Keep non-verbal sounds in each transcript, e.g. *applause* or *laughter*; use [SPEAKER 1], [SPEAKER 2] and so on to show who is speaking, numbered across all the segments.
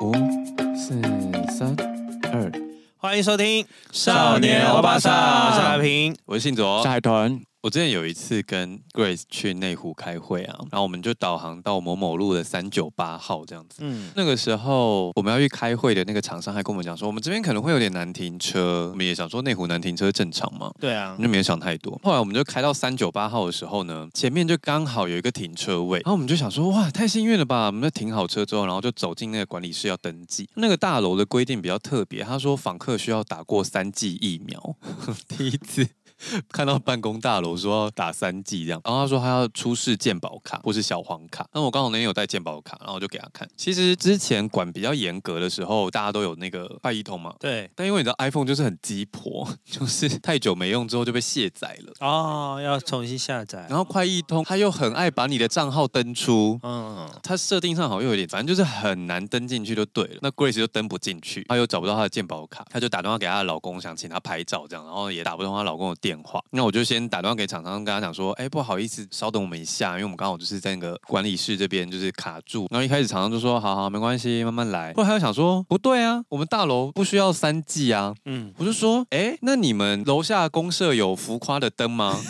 [SPEAKER 1] 五、四、三、二，
[SPEAKER 2] 欢迎收听《
[SPEAKER 1] 少年欧巴桑
[SPEAKER 2] 我是阿平。
[SPEAKER 3] 我是信卓
[SPEAKER 1] 下。海豚，
[SPEAKER 3] 我之前有一次跟 Grace 去内湖开会啊，然后我们就导航到某某路的三九八号这样子。
[SPEAKER 2] 嗯，
[SPEAKER 3] 那个时候我们要去开会的那个厂商还跟我们讲说，我们这边可能会有点难停车，我们也想说内湖难停车正常嘛，
[SPEAKER 2] 对啊
[SPEAKER 3] 我们，就没有想太多。后来我们就开到三九八号的时候呢，前面就刚好有一个停车位，然后我们就想说，哇，太幸运了吧！我们就停好车之后，然后就走进那个管理室要登记。那个大楼的规定比较特别，他说访客需要打过三剂疫苗， *laughs* 第一次。 *laughs* 看到办公大楼说要打三剂这样，然后他说他要出示健保卡或是小黄卡，那我刚好那天有带健保卡，然后我就给他看。其实之前管比较严格的时候，大家都有那个快一通嘛，
[SPEAKER 2] 对
[SPEAKER 3] 但因为你知道 iPhone 就是很鸡婆， *laughs* 就是太久没用之后就被卸载了。
[SPEAKER 2] 哦，要重新下载。
[SPEAKER 3] 然后快易通他又很爱把你的账号登出，
[SPEAKER 2] 嗯，
[SPEAKER 3] 他设定上好像又有点，反正就是很难登进去就对了。那 Grace 就登不进去，她又找不到她的健保卡，她就打电话给她的老公，想请他拍照这样，然后也打不通她老公的电话。那我就先打电话给厂商，跟他讲说，哎，不好意思，稍等我们一下，因为我们刚好就是在那个管理室这边就是卡住。然后一开始厂商就说，好好，没关系，慢慢来。后来他又想说，不对啊，我们大楼不需要三 G 啊，
[SPEAKER 2] 嗯，
[SPEAKER 3] 我就说，哎，那你们楼下公社有浮夸的灯吗？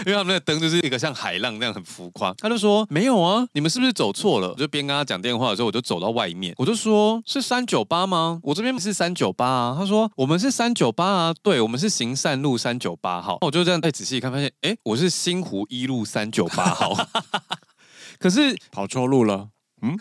[SPEAKER 3] 因为他们那个灯就是一个像海浪那样很浮夸。他就说没有啊，你们是不是走错了？我就边跟他讲电话的时候，我就走到外面，我就说是三九八吗？我这边是三九八啊。他说我们是三九八啊，对，我们是行善路三九八号。那我就这样再仔细一看，发现哎，我是新湖一路三九八号。可是
[SPEAKER 1] 跑错路了，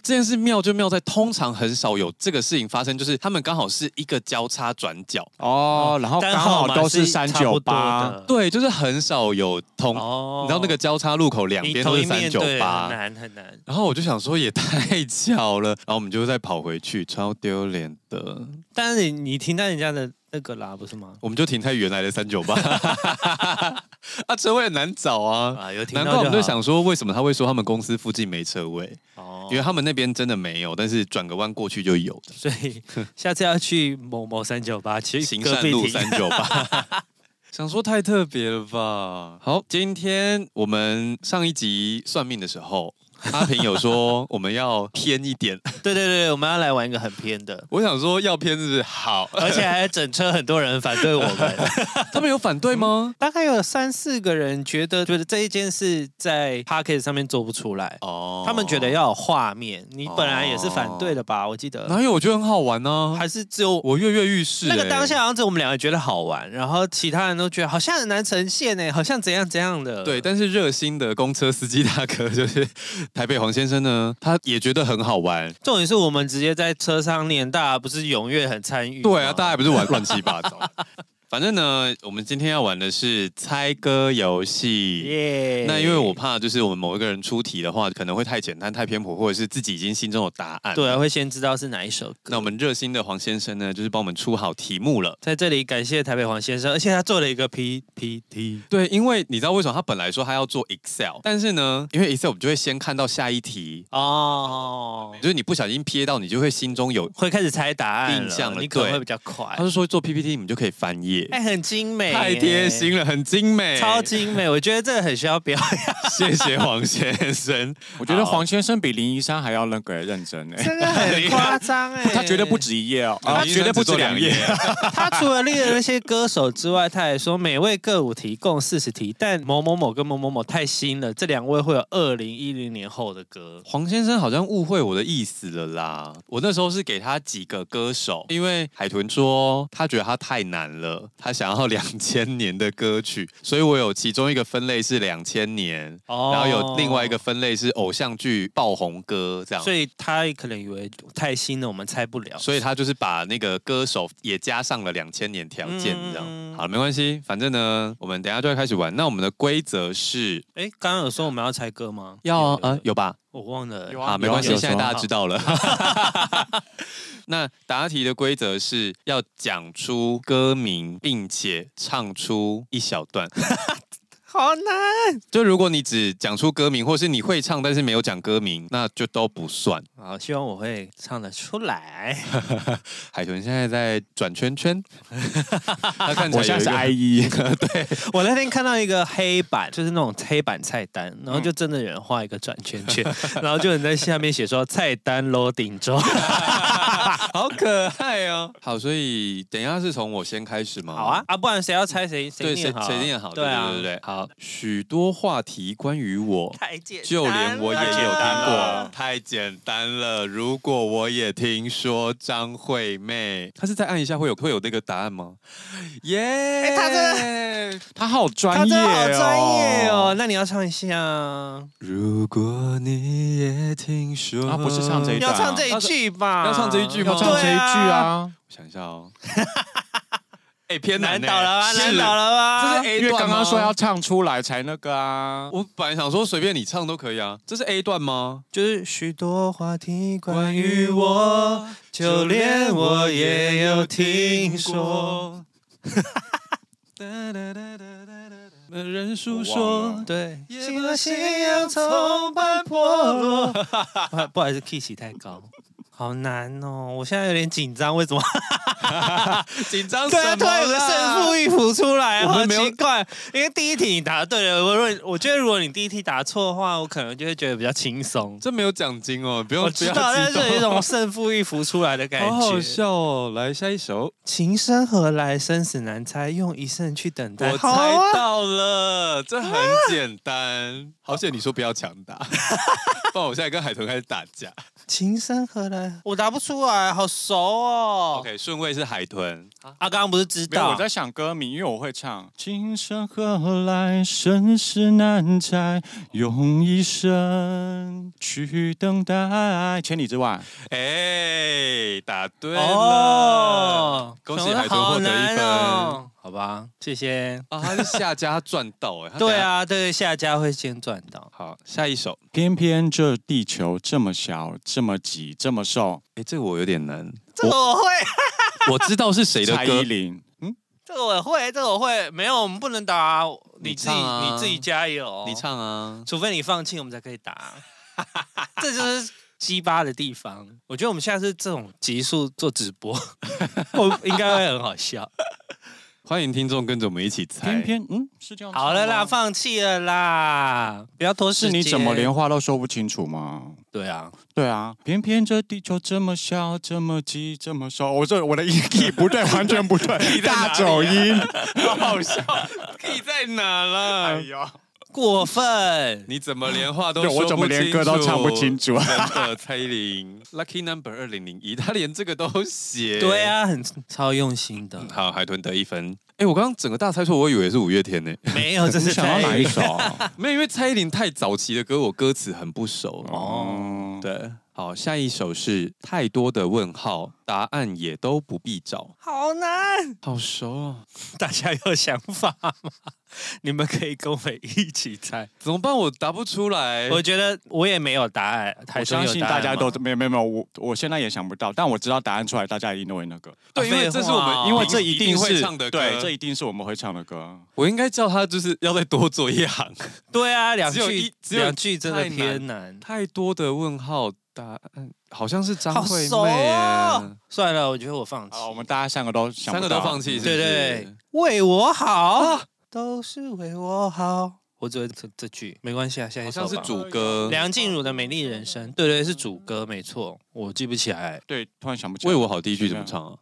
[SPEAKER 3] 这件事妙就妙在，通常很少有这个事情发生，就是他们刚好是一个交叉转角，
[SPEAKER 1] 哦，然后刚好
[SPEAKER 2] 嘛
[SPEAKER 1] 都是
[SPEAKER 2] 差
[SPEAKER 1] 三
[SPEAKER 2] 不
[SPEAKER 1] 九
[SPEAKER 2] 多
[SPEAKER 1] 八，
[SPEAKER 2] 的。
[SPEAKER 3] 对，就是很少有同，
[SPEAKER 2] 哦
[SPEAKER 3] 你知道那个交叉路口两边都是三九
[SPEAKER 2] 很
[SPEAKER 3] 八。
[SPEAKER 2] 难很难。
[SPEAKER 3] 然后我就想说也太巧了，然后我们就再跑回去，超丢脸的。
[SPEAKER 2] 但是你你停在人家的那个啦，不是吗？
[SPEAKER 3] 我们就停在原来的三九八， *laughs* 啊，车位很难找啊。
[SPEAKER 2] 啊，有停
[SPEAKER 3] 难
[SPEAKER 2] 到
[SPEAKER 3] 怪我们就
[SPEAKER 2] 好
[SPEAKER 3] 想说，为什么他会说他们公司附近没车位？
[SPEAKER 2] 哦，
[SPEAKER 3] 因为他们那边真的没有，但是转个弯过去就有的。
[SPEAKER 2] 所以下次要去某某三九八，其实
[SPEAKER 3] 行
[SPEAKER 2] 隔
[SPEAKER 3] 善
[SPEAKER 2] 壁
[SPEAKER 3] 路
[SPEAKER 2] 停。
[SPEAKER 3] 三九八。 *laughs* 想说太特别了吧？好，今天我们上一集算命的时 *laughs* 候，阿平有说我们要偏一点，
[SPEAKER 2] 对对对，我们要来玩一个很
[SPEAKER 3] *laughs*
[SPEAKER 2] 偏的，
[SPEAKER 3] 我想说要偏是不是好？
[SPEAKER 2] 而且还整车很多人反对我们。
[SPEAKER 3] 他们有反对吗？
[SPEAKER 2] 大概有三四个人觉得，觉得这一件事在 p a c k e t 上面做不出来，
[SPEAKER 3] *laughs* 哦
[SPEAKER 2] 他们觉得，要有画面。你本来也是反对的吧？
[SPEAKER 3] 哦
[SPEAKER 2] 我记得，
[SPEAKER 3] 哪有？我觉得很好玩呢、啊，
[SPEAKER 2] 还是只有
[SPEAKER 3] 我跃跃欲试、
[SPEAKER 2] 那个
[SPEAKER 3] 欸
[SPEAKER 2] 当下，好像只有我们两个觉得好玩，然后其他人都觉得好像很难呈现呢，好像怎样怎样的。
[SPEAKER 3] 对，但是热心的公车司机大哥 *laughs* 就是台北黄先生呢，他也觉得很好玩。
[SPEAKER 2] 重点是我们直接在车上念，大家不是踊跃很参与吗。
[SPEAKER 3] *laughs* 对啊，大家也不是玩乱七八糟。反正呢，我们今天要玩的是猜歌游戏。
[SPEAKER 2] 耶
[SPEAKER 3] 那因为我怕就是我们某一个人出题的话，可能会太简单、太偏颇，或者是自己已经心中有答案。
[SPEAKER 2] 对啊，会先知道是哪一首歌。
[SPEAKER 3] 那我们热心的黄先生呢，就是帮我们出好题目了。
[SPEAKER 2] 在这里感谢台北黄先生，而且他做了一个 PPT。
[SPEAKER 3] 对，因为你知道为什么他本来说他要做 Excel，但是呢，因为 Excel 我们就会先看到下一题，
[SPEAKER 2] 哦，
[SPEAKER 3] 就是你不小心瞥到，你就会心中有。
[SPEAKER 2] 会开始猜答案
[SPEAKER 3] 印象了
[SPEAKER 2] 你可能
[SPEAKER 3] 对
[SPEAKER 2] 会比较快
[SPEAKER 3] 他。是说做 PPT 你们就可以翻页，
[SPEAKER 2] 哎、很精美耶，
[SPEAKER 3] 太贴心了，很精美，
[SPEAKER 2] 超精美。我觉得这个很需要表演，
[SPEAKER 3] 谢谢黄先 *laughs* 生。
[SPEAKER 1] 我觉得黄先生比林一山还要那个认
[SPEAKER 3] 欸 *laughs*
[SPEAKER 1] 真哎，
[SPEAKER 2] 真的很夸张哎。
[SPEAKER 1] 他绝对不，止一页哦，
[SPEAKER 3] 啊
[SPEAKER 1] 他绝对不止两页，
[SPEAKER 2] 他除了列了那些歌手之外，他还说每位各五题，共四十题。但某某某跟某某某太新了，这两位会有二零一零年后的歌。
[SPEAKER 3] 黄先生好像误会我的意思了啦。我那时候是给他几个歌手，因为海豚说他觉得他太难了，他想要两千年的歌曲，所以我有其中一个分类是两千年，
[SPEAKER 2] 哦
[SPEAKER 3] *laughs* 然后有另外一个，分类是偶像剧爆红歌这样
[SPEAKER 2] 哦所。以他可能以为太新了，我们猜不了。
[SPEAKER 3] 所以他就是把那个歌手也加上了两千年条件，这样、
[SPEAKER 2] 嗯
[SPEAKER 3] 好了，没关系，反正呢，我们等一下就会开始玩。那我们的规则是
[SPEAKER 2] 哎，刚刚有说我们要猜歌吗？
[SPEAKER 3] 要啊、
[SPEAKER 2] 有有
[SPEAKER 3] 呃
[SPEAKER 2] 有
[SPEAKER 3] 有吧？
[SPEAKER 2] 我忘了。
[SPEAKER 1] 有啊
[SPEAKER 3] 啊，没关系，
[SPEAKER 1] 有
[SPEAKER 3] 现在
[SPEAKER 1] 有
[SPEAKER 3] 大家知道
[SPEAKER 1] *laughs*
[SPEAKER 3] 了。 *laughs* 那答题的规则是要讲出歌名，并且唱出一小段。
[SPEAKER 2] 好难。
[SPEAKER 3] 就如果你只讲出歌名，或是你会唱但是没有讲歌名，那就都不算。
[SPEAKER 2] 好，希望我会唱得出来。
[SPEAKER 3] 海豚现在在转圈圈， *laughs* 他看起
[SPEAKER 1] 我
[SPEAKER 3] 来有
[SPEAKER 1] 现
[SPEAKER 3] 一
[SPEAKER 1] 在是
[SPEAKER 3] 个
[SPEAKER 1] I 一，
[SPEAKER 3] E，
[SPEAKER 2] *laughs* 我那天看到一个黑板，就是那种黑板菜单，然后就真的有人画一个转
[SPEAKER 3] *laughs*
[SPEAKER 2] 圈圈，然后就有人在下面写说菜单 loading 中。
[SPEAKER 3] 好可爱哦。好，所以等一下是从我先开始吗？
[SPEAKER 2] 好 *laughs* 啊，啊，不然谁要猜谁谁
[SPEAKER 3] 对，谁
[SPEAKER 2] 念好啊？
[SPEAKER 3] 谁念好？
[SPEAKER 2] 对
[SPEAKER 3] 对
[SPEAKER 2] 啊，
[SPEAKER 3] 对对对，好，许多话题关于我。
[SPEAKER 2] 太简
[SPEAKER 3] 就连我也有
[SPEAKER 2] 太
[SPEAKER 3] 听
[SPEAKER 2] 简单
[SPEAKER 3] 过
[SPEAKER 2] 了，
[SPEAKER 3] 太简单了。如果我也听说张惠妹，她是再按一下会有会有那个答案吗？耶、
[SPEAKER 2] 她
[SPEAKER 3] 真的，她好专
[SPEAKER 2] 他真
[SPEAKER 3] 业、
[SPEAKER 2] 的
[SPEAKER 3] 哦，
[SPEAKER 2] 好专业哦。。那你要唱一下，
[SPEAKER 3] 如果你也听说，
[SPEAKER 1] 啊不是唱这一
[SPEAKER 2] 你
[SPEAKER 1] 段
[SPEAKER 2] 嗯要
[SPEAKER 1] 啊
[SPEAKER 2] 唱这一句啊吧？
[SPEAKER 3] 要唱这一句吗
[SPEAKER 1] 要唱这一句啊，
[SPEAKER 3] 我想一下哦。 *laughs* 哎、偏
[SPEAKER 2] 对啊？
[SPEAKER 3] 难、欸，
[SPEAKER 2] 难倒了吧？
[SPEAKER 3] 是
[SPEAKER 2] 难倒了吧？
[SPEAKER 3] 这是 A
[SPEAKER 1] 因为
[SPEAKER 3] 段吗
[SPEAKER 1] 刚刚说要唱出来才那个啊。
[SPEAKER 3] 我本来想说随便你唱都可以啊，这是 A 段吗？
[SPEAKER 2] 就是许多话题关
[SPEAKER 3] 关
[SPEAKER 2] 于
[SPEAKER 3] 于
[SPEAKER 2] 我
[SPEAKER 3] 我，，
[SPEAKER 2] 就
[SPEAKER 3] 就
[SPEAKER 2] 连
[SPEAKER 3] 连
[SPEAKER 2] 我
[SPEAKER 3] 我
[SPEAKER 2] 也
[SPEAKER 3] 也
[SPEAKER 2] 有
[SPEAKER 3] 有
[SPEAKER 2] 听
[SPEAKER 3] 听
[SPEAKER 2] 说。
[SPEAKER 3] 说。人
[SPEAKER 1] 我
[SPEAKER 3] 数
[SPEAKER 1] 忘了
[SPEAKER 3] 说，
[SPEAKER 2] 对，
[SPEAKER 3] 也
[SPEAKER 2] 心
[SPEAKER 3] 把
[SPEAKER 2] 若
[SPEAKER 3] 信
[SPEAKER 2] 信
[SPEAKER 3] 仰
[SPEAKER 2] 仰从
[SPEAKER 3] 从
[SPEAKER 2] 半
[SPEAKER 3] 半
[SPEAKER 2] 破
[SPEAKER 3] 破
[SPEAKER 2] 落
[SPEAKER 3] 落。
[SPEAKER 2] 不 *laughs* 不好意思，key 起太高，好难哦！我现在有点紧张，为什么？
[SPEAKER 3] 紧张
[SPEAKER 2] *laughs* 对啊，突然有个胜负欲浮出来，啊
[SPEAKER 3] 我
[SPEAKER 2] 好
[SPEAKER 3] 们没有
[SPEAKER 2] 奇怪。因为第一题你答对了，我如果我觉得如果你第一题答错的话，我可能就会觉得比较轻松。
[SPEAKER 3] 这没有奖金哦，不用
[SPEAKER 2] 我
[SPEAKER 3] 不
[SPEAKER 2] 知
[SPEAKER 3] 要
[SPEAKER 2] 道，但
[SPEAKER 3] 激动
[SPEAKER 2] 是有
[SPEAKER 3] *laughs*
[SPEAKER 2] 一种胜负欲浮出来的 *laughs* 感觉。
[SPEAKER 3] 好好笑哦。来下一首，
[SPEAKER 2] 情深何来，生死难猜，用一生去等待。
[SPEAKER 3] 我
[SPEAKER 2] 好啊
[SPEAKER 3] 猜到了，这很简单。好险你说不要强
[SPEAKER 2] *laughs*
[SPEAKER 3] 打，不然我现在跟海豚开始打架。
[SPEAKER 2] 情深何来？我答不出来，好熟哦。
[SPEAKER 3] OK，顺位是海豚，
[SPEAKER 2] 啊，刚刚不是知
[SPEAKER 1] 没有，
[SPEAKER 2] 道
[SPEAKER 1] 我？在想歌名，因为我会唱“今生何来，生死难猜，用一生去等待”。千里之外，
[SPEAKER 3] 哎，答对了。
[SPEAKER 2] 哦，
[SPEAKER 3] 恭喜海豚获得一分
[SPEAKER 2] 想说好难哦好吧，谢谢。
[SPEAKER 3] 啊，他是下家赚到哎、他等
[SPEAKER 2] 对
[SPEAKER 3] 下，
[SPEAKER 2] 啊，对，下家会先赚到。
[SPEAKER 3] 好，下一首，
[SPEAKER 1] 偏偏这地球这么小，这么挤，这么瘦。
[SPEAKER 3] 哎、这个我有点难，
[SPEAKER 2] 这个我会，
[SPEAKER 3] 我知道是谁的
[SPEAKER 1] *laughs* 蔡
[SPEAKER 3] 歌
[SPEAKER 1] 依，林，嗯，
[SPEAKER 2] *laughs* 这个我会，这个我会。没有，我们不能打啊，你自己
[SPEAKER 3] 你唱啊
[SPEAKER 2] 你自己加油，
[SPEAKER 3] 你，唱啊，
[SPEAKER 2] 除非你放弃，我们才可以
[SPEAKER 3] *laughs*
[SPEAKER 2] 打。这就是鸡巴的地方。我觉得我们下次这种集数做直
[SPEAKER 3] *laughs*
[SPEAKER 2] 播，我应该会很好笑。
[SPEAKER 3] 欢迎听众跟着我们一起猜
[SPEAKER 1] 偏。偏嗯是这样唱吗。
[SPEAKER 2] 好了啦，放弃了啦，不要拖时
[SPEAKER 1] 是
[SPEAKER 2] 间。
[SPEAKER 1] 你怎么连话都说不清楚吗？
[SPEAKER 2] 对啊？
[SPEAKER 1] 对啊，偏偏这地球这么小，这么挤，这么瘦。我这我的音 key 不对，完全不 *laughs* 对，
[SPEAKER 3] 在哪里啊
[SPEAKER 1] 大走 *laughs* 音。
[SPEAKER 3] 好好笑，你在哪
[SPEAKER 1] 哎
[SPEAKER 3] 了？
[SPEAKER 1] 呀，
[SPEAKER 2] 过分。
[SPEAKER 3] 你怎么连话都
[SPEAKER 1] 对
[SPEAKER 3] 说不
[SPEAKER 1] *laughs* 我怎么连歌都唱不清楚？
[SPEAKER 3] 真的，蔡依林，Lucky Number 二零零一，他连这个都写。
[SPEAKER 2] 对，啊，很超用心的。
[SPEAKER 1] 嗯
[SPEAKER 3] 好，海豚得一分。哎、我刚刚整个大猜错，我以为是五月天呢、 *laughs*
[SPEAKER 2] 没有，这
[SPEAKER 1] *laughs* 你
[SPEAKER 2] 是
[SPEAKER 1] 想
[SPEAKER 2] 在
[SPEAKER 1] 到哪一首？
[SPEAKER 3] 没有，因为蔡依林太早期的歌，我歌词很不熟。
[SPEAKER 1] *laughs* 哦，
[SPEAKER 3] 对，好，下一首是太多的问号，答案也都不必找，
[SPEAKER 2] 好难。
[SPEAKER 3] 好熟啊！
[SPEAKER 2] 大家有想法吗？你们可以跟我一起猜。
[SPEAKER 3] 怎么办？我答不出来。
[SPEAKER 2] 我觉得我也没有答案，
[SPEAKER 1] 我
[SPEAKER 2] 台中
[SPEAKER 1] 相信
[SPEAKER 2] 有答
[SPEAKER 1] 大
[SPEAKER 2] 案
[SPEAKER 1] 家
[SPEAKER 2] 吗
[SPEAKER 1] 都没有没有没有，我我现在也想不到，但我知道答案出来，大家一定都会那个，
[SPEAKER 3] 对，因为这是我
[SPEAKER 2] 废话
[SPEAKER 3] 们，
[SPEAKER 1] 因为
[SPEAKER 2] 哦
[SPEAKER 1] 这
[SPEAKER 3] 啊一
[SPEAKER 1] 定
[SPEAKER 3] 会
[SPEAKER 1] 是
[SPEAKER 3] 唱的歌。
[SPEAKER 1] 对，这一定是我们会唱的歌。
[SPEAKER 3] 我应该叫他就是要再多做一 *laughs* 行。
[SPEAKER 2] 对啊，两
[SPEAKER 3] 只有
[SPEAKER 2] 句
[SPEAKER 3] 一只有
[SPEAKER 2] 两句真的
[SPEAKER 3] 太难
[SPEAKER 2] 偏难，
[SPEAKER 3] 太多的问号，答案好像是张
[SPEAKER 2] 好
[SPEAKER 3] 惠
[SPEAKER 2] 熟
[SPEAKER 3] 妹耶、
[SPEAKER 2] 哦。算了，我觉得我放弃。
[SPEAKER 1] 好，我们大家三个都想
[SPEAKER 3] 三
[SPEAKER 1] 不
[SPEAKER 3] 个
[SPEAKER 1] 到
[SPEAKER 3] 都放弃，是不
[SPEAKER 2] 对
[SPEAKER 3] 是
[SPEAKER 2] 对对，为我好，都是为我好。啊我只会这这句，没关系啊，下一
[SPEAKER 3] 好
[SPEAKER 2] 首
[SPEAKER 3] 像是
[SPEAKER 2] 吧
[SPEAKER 3] 主歌。
[SPEAKER 2] 梁静茹的《美丽人生》，对对是主歌，没错，我记不起来。
[SPEAKER 1] 对，突然想不起来
[SPEAKER 3] 为我好第一句怎么唱啊？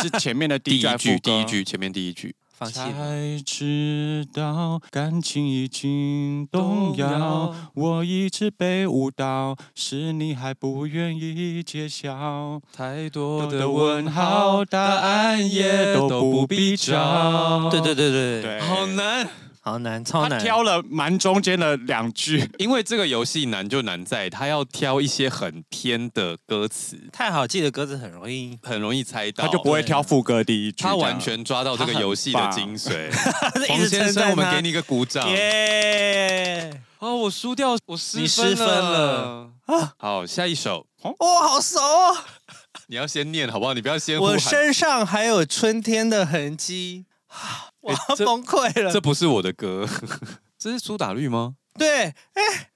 [SPEAKER 1] 是前面的
[SPEAKER 3] *laughs*
[SPEAKER 1] 第
[SPEAKER 3] 第
[SPEAKER 1] 一句还
[SPEAKER 3] 一
[SPEAKER 1] 是
[SPEAKER 3] 句，
[SPEAKER 1] 副歌
[SPEAKER 3] 第一。句，前面第一句。
[SPEAKER 2] 放弃吧。
[SPEAKER 1] 才知道感情已经动摇，，我一直被误导，是你还不愿意揭晓。
[SPEAKER 3] 太多
[SPEAKER 1] 我
[SPEAKER 3] 的
[SPEAKER 1] 的
[SPEAKER 3] 问
[SPEAKER 1] 问
[SPEAKER 3] 号
[SPEAKER 1] 号，，
[SPEAKER 3] 答
[SPEAKER 1] 答
[SPEAKER 3] 案
[SPEAKER 1] 案
[SPEAKER 3] 也
[SPEAKER 1] 也
[SPEAKER 3] 都
[SPEAKER 1] 都
[SPEAKER 3] 不
[SPEAKER 1] 不
[SPEAKER 3] 必
[SPEAKER 1] 必
[SPEAKER 3] 找。
[SPEAKER 1] 找
[SPEAKER 2] 对对对对，
[SPEAKER 1] 对，
[SPEAKER 3] 好。难，
[SPEAKER 2] 好难，超
[SPEAKER 1] 他
[SPEAKER 2] 难。
[SPEAKER 1] 挑了蛮中间的两句，
[SPEAKER 3] 因为这个游戏难就难在它要挑一些很偏的歌词，
[SPEAKER 2] 太好记的歌词很容
[SPEAKER 3] *laughs*
[SPEAKER 2] 易，
[SPEAKER 3] 很容易猜到。
[SPEAKER 1] 他就不会挑副歌第一句这
[SPEAKER 3] 他
[SPEAKER 1] 样。
[SPEAKER 3] 完全抓到这个游戏的精髓。黄
[SPEAKER 2] 一直
[SPEAKER 3] 先
[SPEAKER 2] 称
[SPEAKER 3] 生，
[SPEAKER 2] 赞
[SPEAKER 3] 我们
[SPEAKER 2] 他
[SPEAKER 3] 给你一个鼓掌。
[SPEAKER 2] 耶！
[SPEAKER 3] 哦，我输掉，我失
[SPEAKER 2] 你失分了
[SPEAKER 3] 啊！好，下一首
[SPEAKER 2] 哦，好熟哦！
[SPEAKER 3] 你要先念好不好？你不要先呼
[SPEAKER 2] 我
[SPEAKER 3] 喊，
[SPEAKER 2] 身上还
[SPEAKER 3] 哎
[SPEAKER 2] 有春天的痕迹，啊我要崩溃了
[SPEAKER 3] 这。不是我的歌。这是苏打绿吗？
[SPEAKER 2] 对，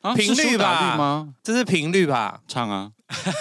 [SPEAKER 1] 啊
[SPEAKER 2] 频率
[SPEAKER 1] 是苏打
[SPEAKER 2] 吧
[SPEAKER 1] 绿吗？
[SPEAKER 2] 这是频率吧？
[SPEAKER 1] 唱啊！ *laughs*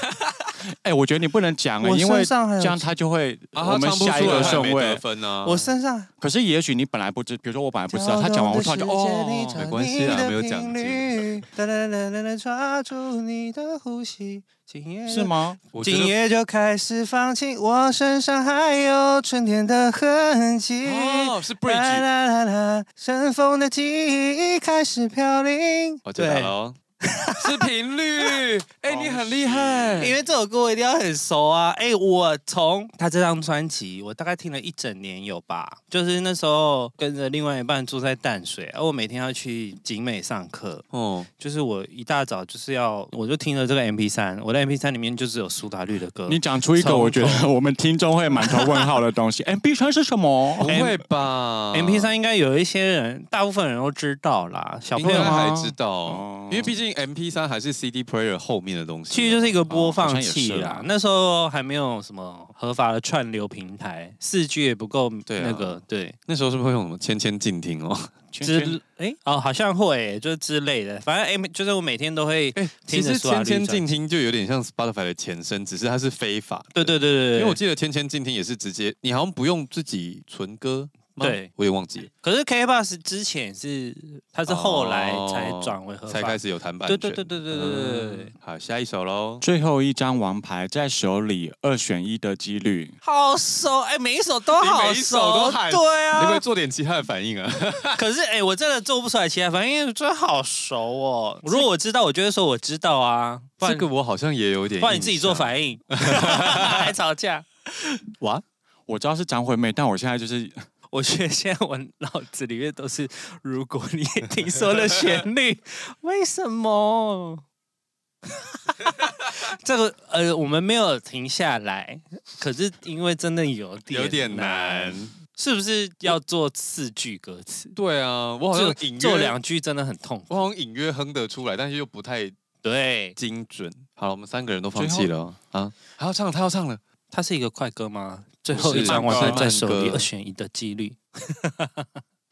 [SPEAKER 1] 哎，我觉得你不能讲欸，
[SPEAKER 2] 我
[SPEAKER 1] 因为
[SPEAKER 2] 身上还有
[SPEAKER 1] 这样他就会
[SPEAKER 3] 啊，
[SPEAKER 1] 我
[SPEAKER 3] 他
[SPEAKER 1] 们
[SPEAKER 3] 唱不
[SPEAKER 1] 下
[SPEAKER 3] 出
[SPEAKER 1] 一
[SPEAKER 3] 来
[SPEAKER 1] 个
[SPEAKER 3] 他也
[SPEAKER 1] 顺
[SPEAKER 3] 没得
[SPEAKER 1] 位。
[SPEAKER 3] 分啊。
[SPEAKER 2] 我身上
[SPEAKER 1] 可是也许你本来不知，比如说我本来不知
[SPEAKER 2] 啊
[SPEAKER 1] 道，他讲完我突然就哦，
[SPEAKER 3] 没关系啊没有奖金
[SPEAKER 2] 金。哒啦啦啦啦，抓住你的呼吸，今夜
[SPEAKER 1] 是？吗？
[SPEAKER 3] 我觉
[SPEAKER 2] 今
[SPEAKER 3] 得
[SPEAKER 2] 夜就开始放晴，我身上还有春天的痕迹。
[SPEAKER 3] 哦是
[SPEAKER 2] 啦
[SPEAKER 3] bridge，
[SPEAKER 2] 啦啦啦，尘封的记忆开始飘零。
[SPEAKER 3] 我知道了哦，是频
[SPEAKER 2] *laughs*
[SPEAKER 3] 率。哎，你很厉害，
[SPEAKER 2] 哦因为这首歌我一定要很熟啊！哎、我从他这张专辑，我大概听了一整年有吧。就是那时候跟着另外一半住在淡水，而我每天要去景美上课，
[SPEAKER 3] 哦，
[SPEAKER 2] 就是我一大早就是要，我就听了这个 MP 三，我的 MP 三里面就只有苏打绿的歌。
[SPEAKER 1] 你讲出一个我觉
[SPEAKER 3] *laughs*
[SPEAKER 1] 得我们听众会满头问号的东西。M B 三是什
[SPEAKER 3] 不
[SPEAKER 1] 么？哎
[SPEAKER 3] 会吧
[SPEAKER 2] MP 三应该有一些人，大部分人都知道啦，小
[SPEAKER 3] 应
[SPEAKER 2] 朋
[SPEAKER 3] 该
[SPEAKER 2] 友
[SPEAKER 1] 吗
[SPEAKER 3] 还知道
[SPEAKER 1] 哦，
[SPEAKER 3] 因为毕竟 M P 三还是 C D player 后面的东西啊。
[SPEAKER 2] 其实就是一个播
[SPEAKER 1] 哦好
[SPEAKER 2] 放
[SPEAKER 1] 像也
[SPEAKER 2] 器
[SPEAKER 1] 是
[SPEAKER 2] 啦，
[SPEAKER 1] 啦
[SPEAKER 2] 那时候还没有什么合法的串流平台，四 G 也不够
[SPEAKER 3] 对啊
[SPEAKER 2] 那个对。
[SPEAKER 3] 那时候是不是会用什么千千静听哦？
[SPEAKER 2] 之哎、哦，好像会、就是之类的，反正哎、就是我每天都会，
[SPEAKER 3] 哎，其
[SPEAKER 2] 听
[SPEAKER 3] 实
[SPEAKER 2] 着苏打
[SPEAKER 3] 千千
[SPEAKER 2] 绿
[SPEAKER 3] 静听就有点像 Spotify 的前身，只是它是非法的。
[SPEAKER 2] 对对对对对，
[SPEAKER 3] 因为我记得千千静听也是直接，你好像不用自己存歌吗。
[SPEAKER 2] 对，
[SPEAKER 3] 我也忘记了，
[SPEAKER 2] 可是 K Bus 之前是它是后来才转为合法，
[SPEAKER 3] 哦才开始有弹版
[SPEAKER 2] 对
[SPEAKER 3] 权。
[SPEAKER 2] 对对对对对对对对
[SPEAKER 3] 嗯，好，下一首喽。
[SPEAKER 1] 最后一张王牌在手里，二选一的几率。
[SPEAKER 2] 好熟哎、每一首都
[SPEAKER 3] 你
[SPEAKER 2] 好
[SPEAKER 3] 每一
[SPEAKER 2] 熟，
[SPEAKER 3] 首都喊
[SPEAKER 2] 对
[SPEAKER 3] 你会不会
[SPEAKER 2] 啊。
[SPEAKER 3] 做点其他的反应
[SPEAKER 2] *laughs*
[SPEAKER 3] 啊？
[SPEAKER 2] 可是哎、我真的做不出来其他，反正因为真的好熟哦。如果我知道，我就会说我知道啊。不
[SPEAKER 3] 这
[SPEAKER 2] 然
[SPEAKER 3] 个我好像也有点印象。
[SPEAKER 2] 不然你自己做反应， *laughs* 还吵架。
[SPEAKER 3] 哇？
[SPEAKER 1] 我知道是张惠妹，但我现在就是
[SPEAKER 2] 我觉得现在我脑子里面都是“如果你也听说”的旋律， *laughs* 为什么？ *laughs* 这个呃，我们没有停下来，可是因为真的有点
[SPEAKER 3] 有点难，。
[SPEAKER 2] 是不是要做四句歌词？
[SPEAKER 3] 对啊，我好像
[SPEAKER 2] 做
[SPEAKER 3] 隐约
[SPEAKER 2] 做两句真的很痛苦。
[SPEAKER 3] 我好像隐约哼得出来，但是又不太
[SPEAKER 2] 对，
[SPEAKER 3] 精准。好了，我们三个人都放弃了哦啊！还要唱，他要唱了。
[SPEAKER 2] 它是一个快歌吗？最
[SPEAKER 3] 是
[SPEAKER 2] 后一张
[SPEAKER 1] 慢
[SPEAKER 2] 我
[SPEAKER 1] 歌
[SPEAKER 2] 还在手
[SPEAKER 3] 慢
[SPEAKER 2] 里，
[SPEAKER 3] 歌
[SPEAKER 2] 二选一的几率。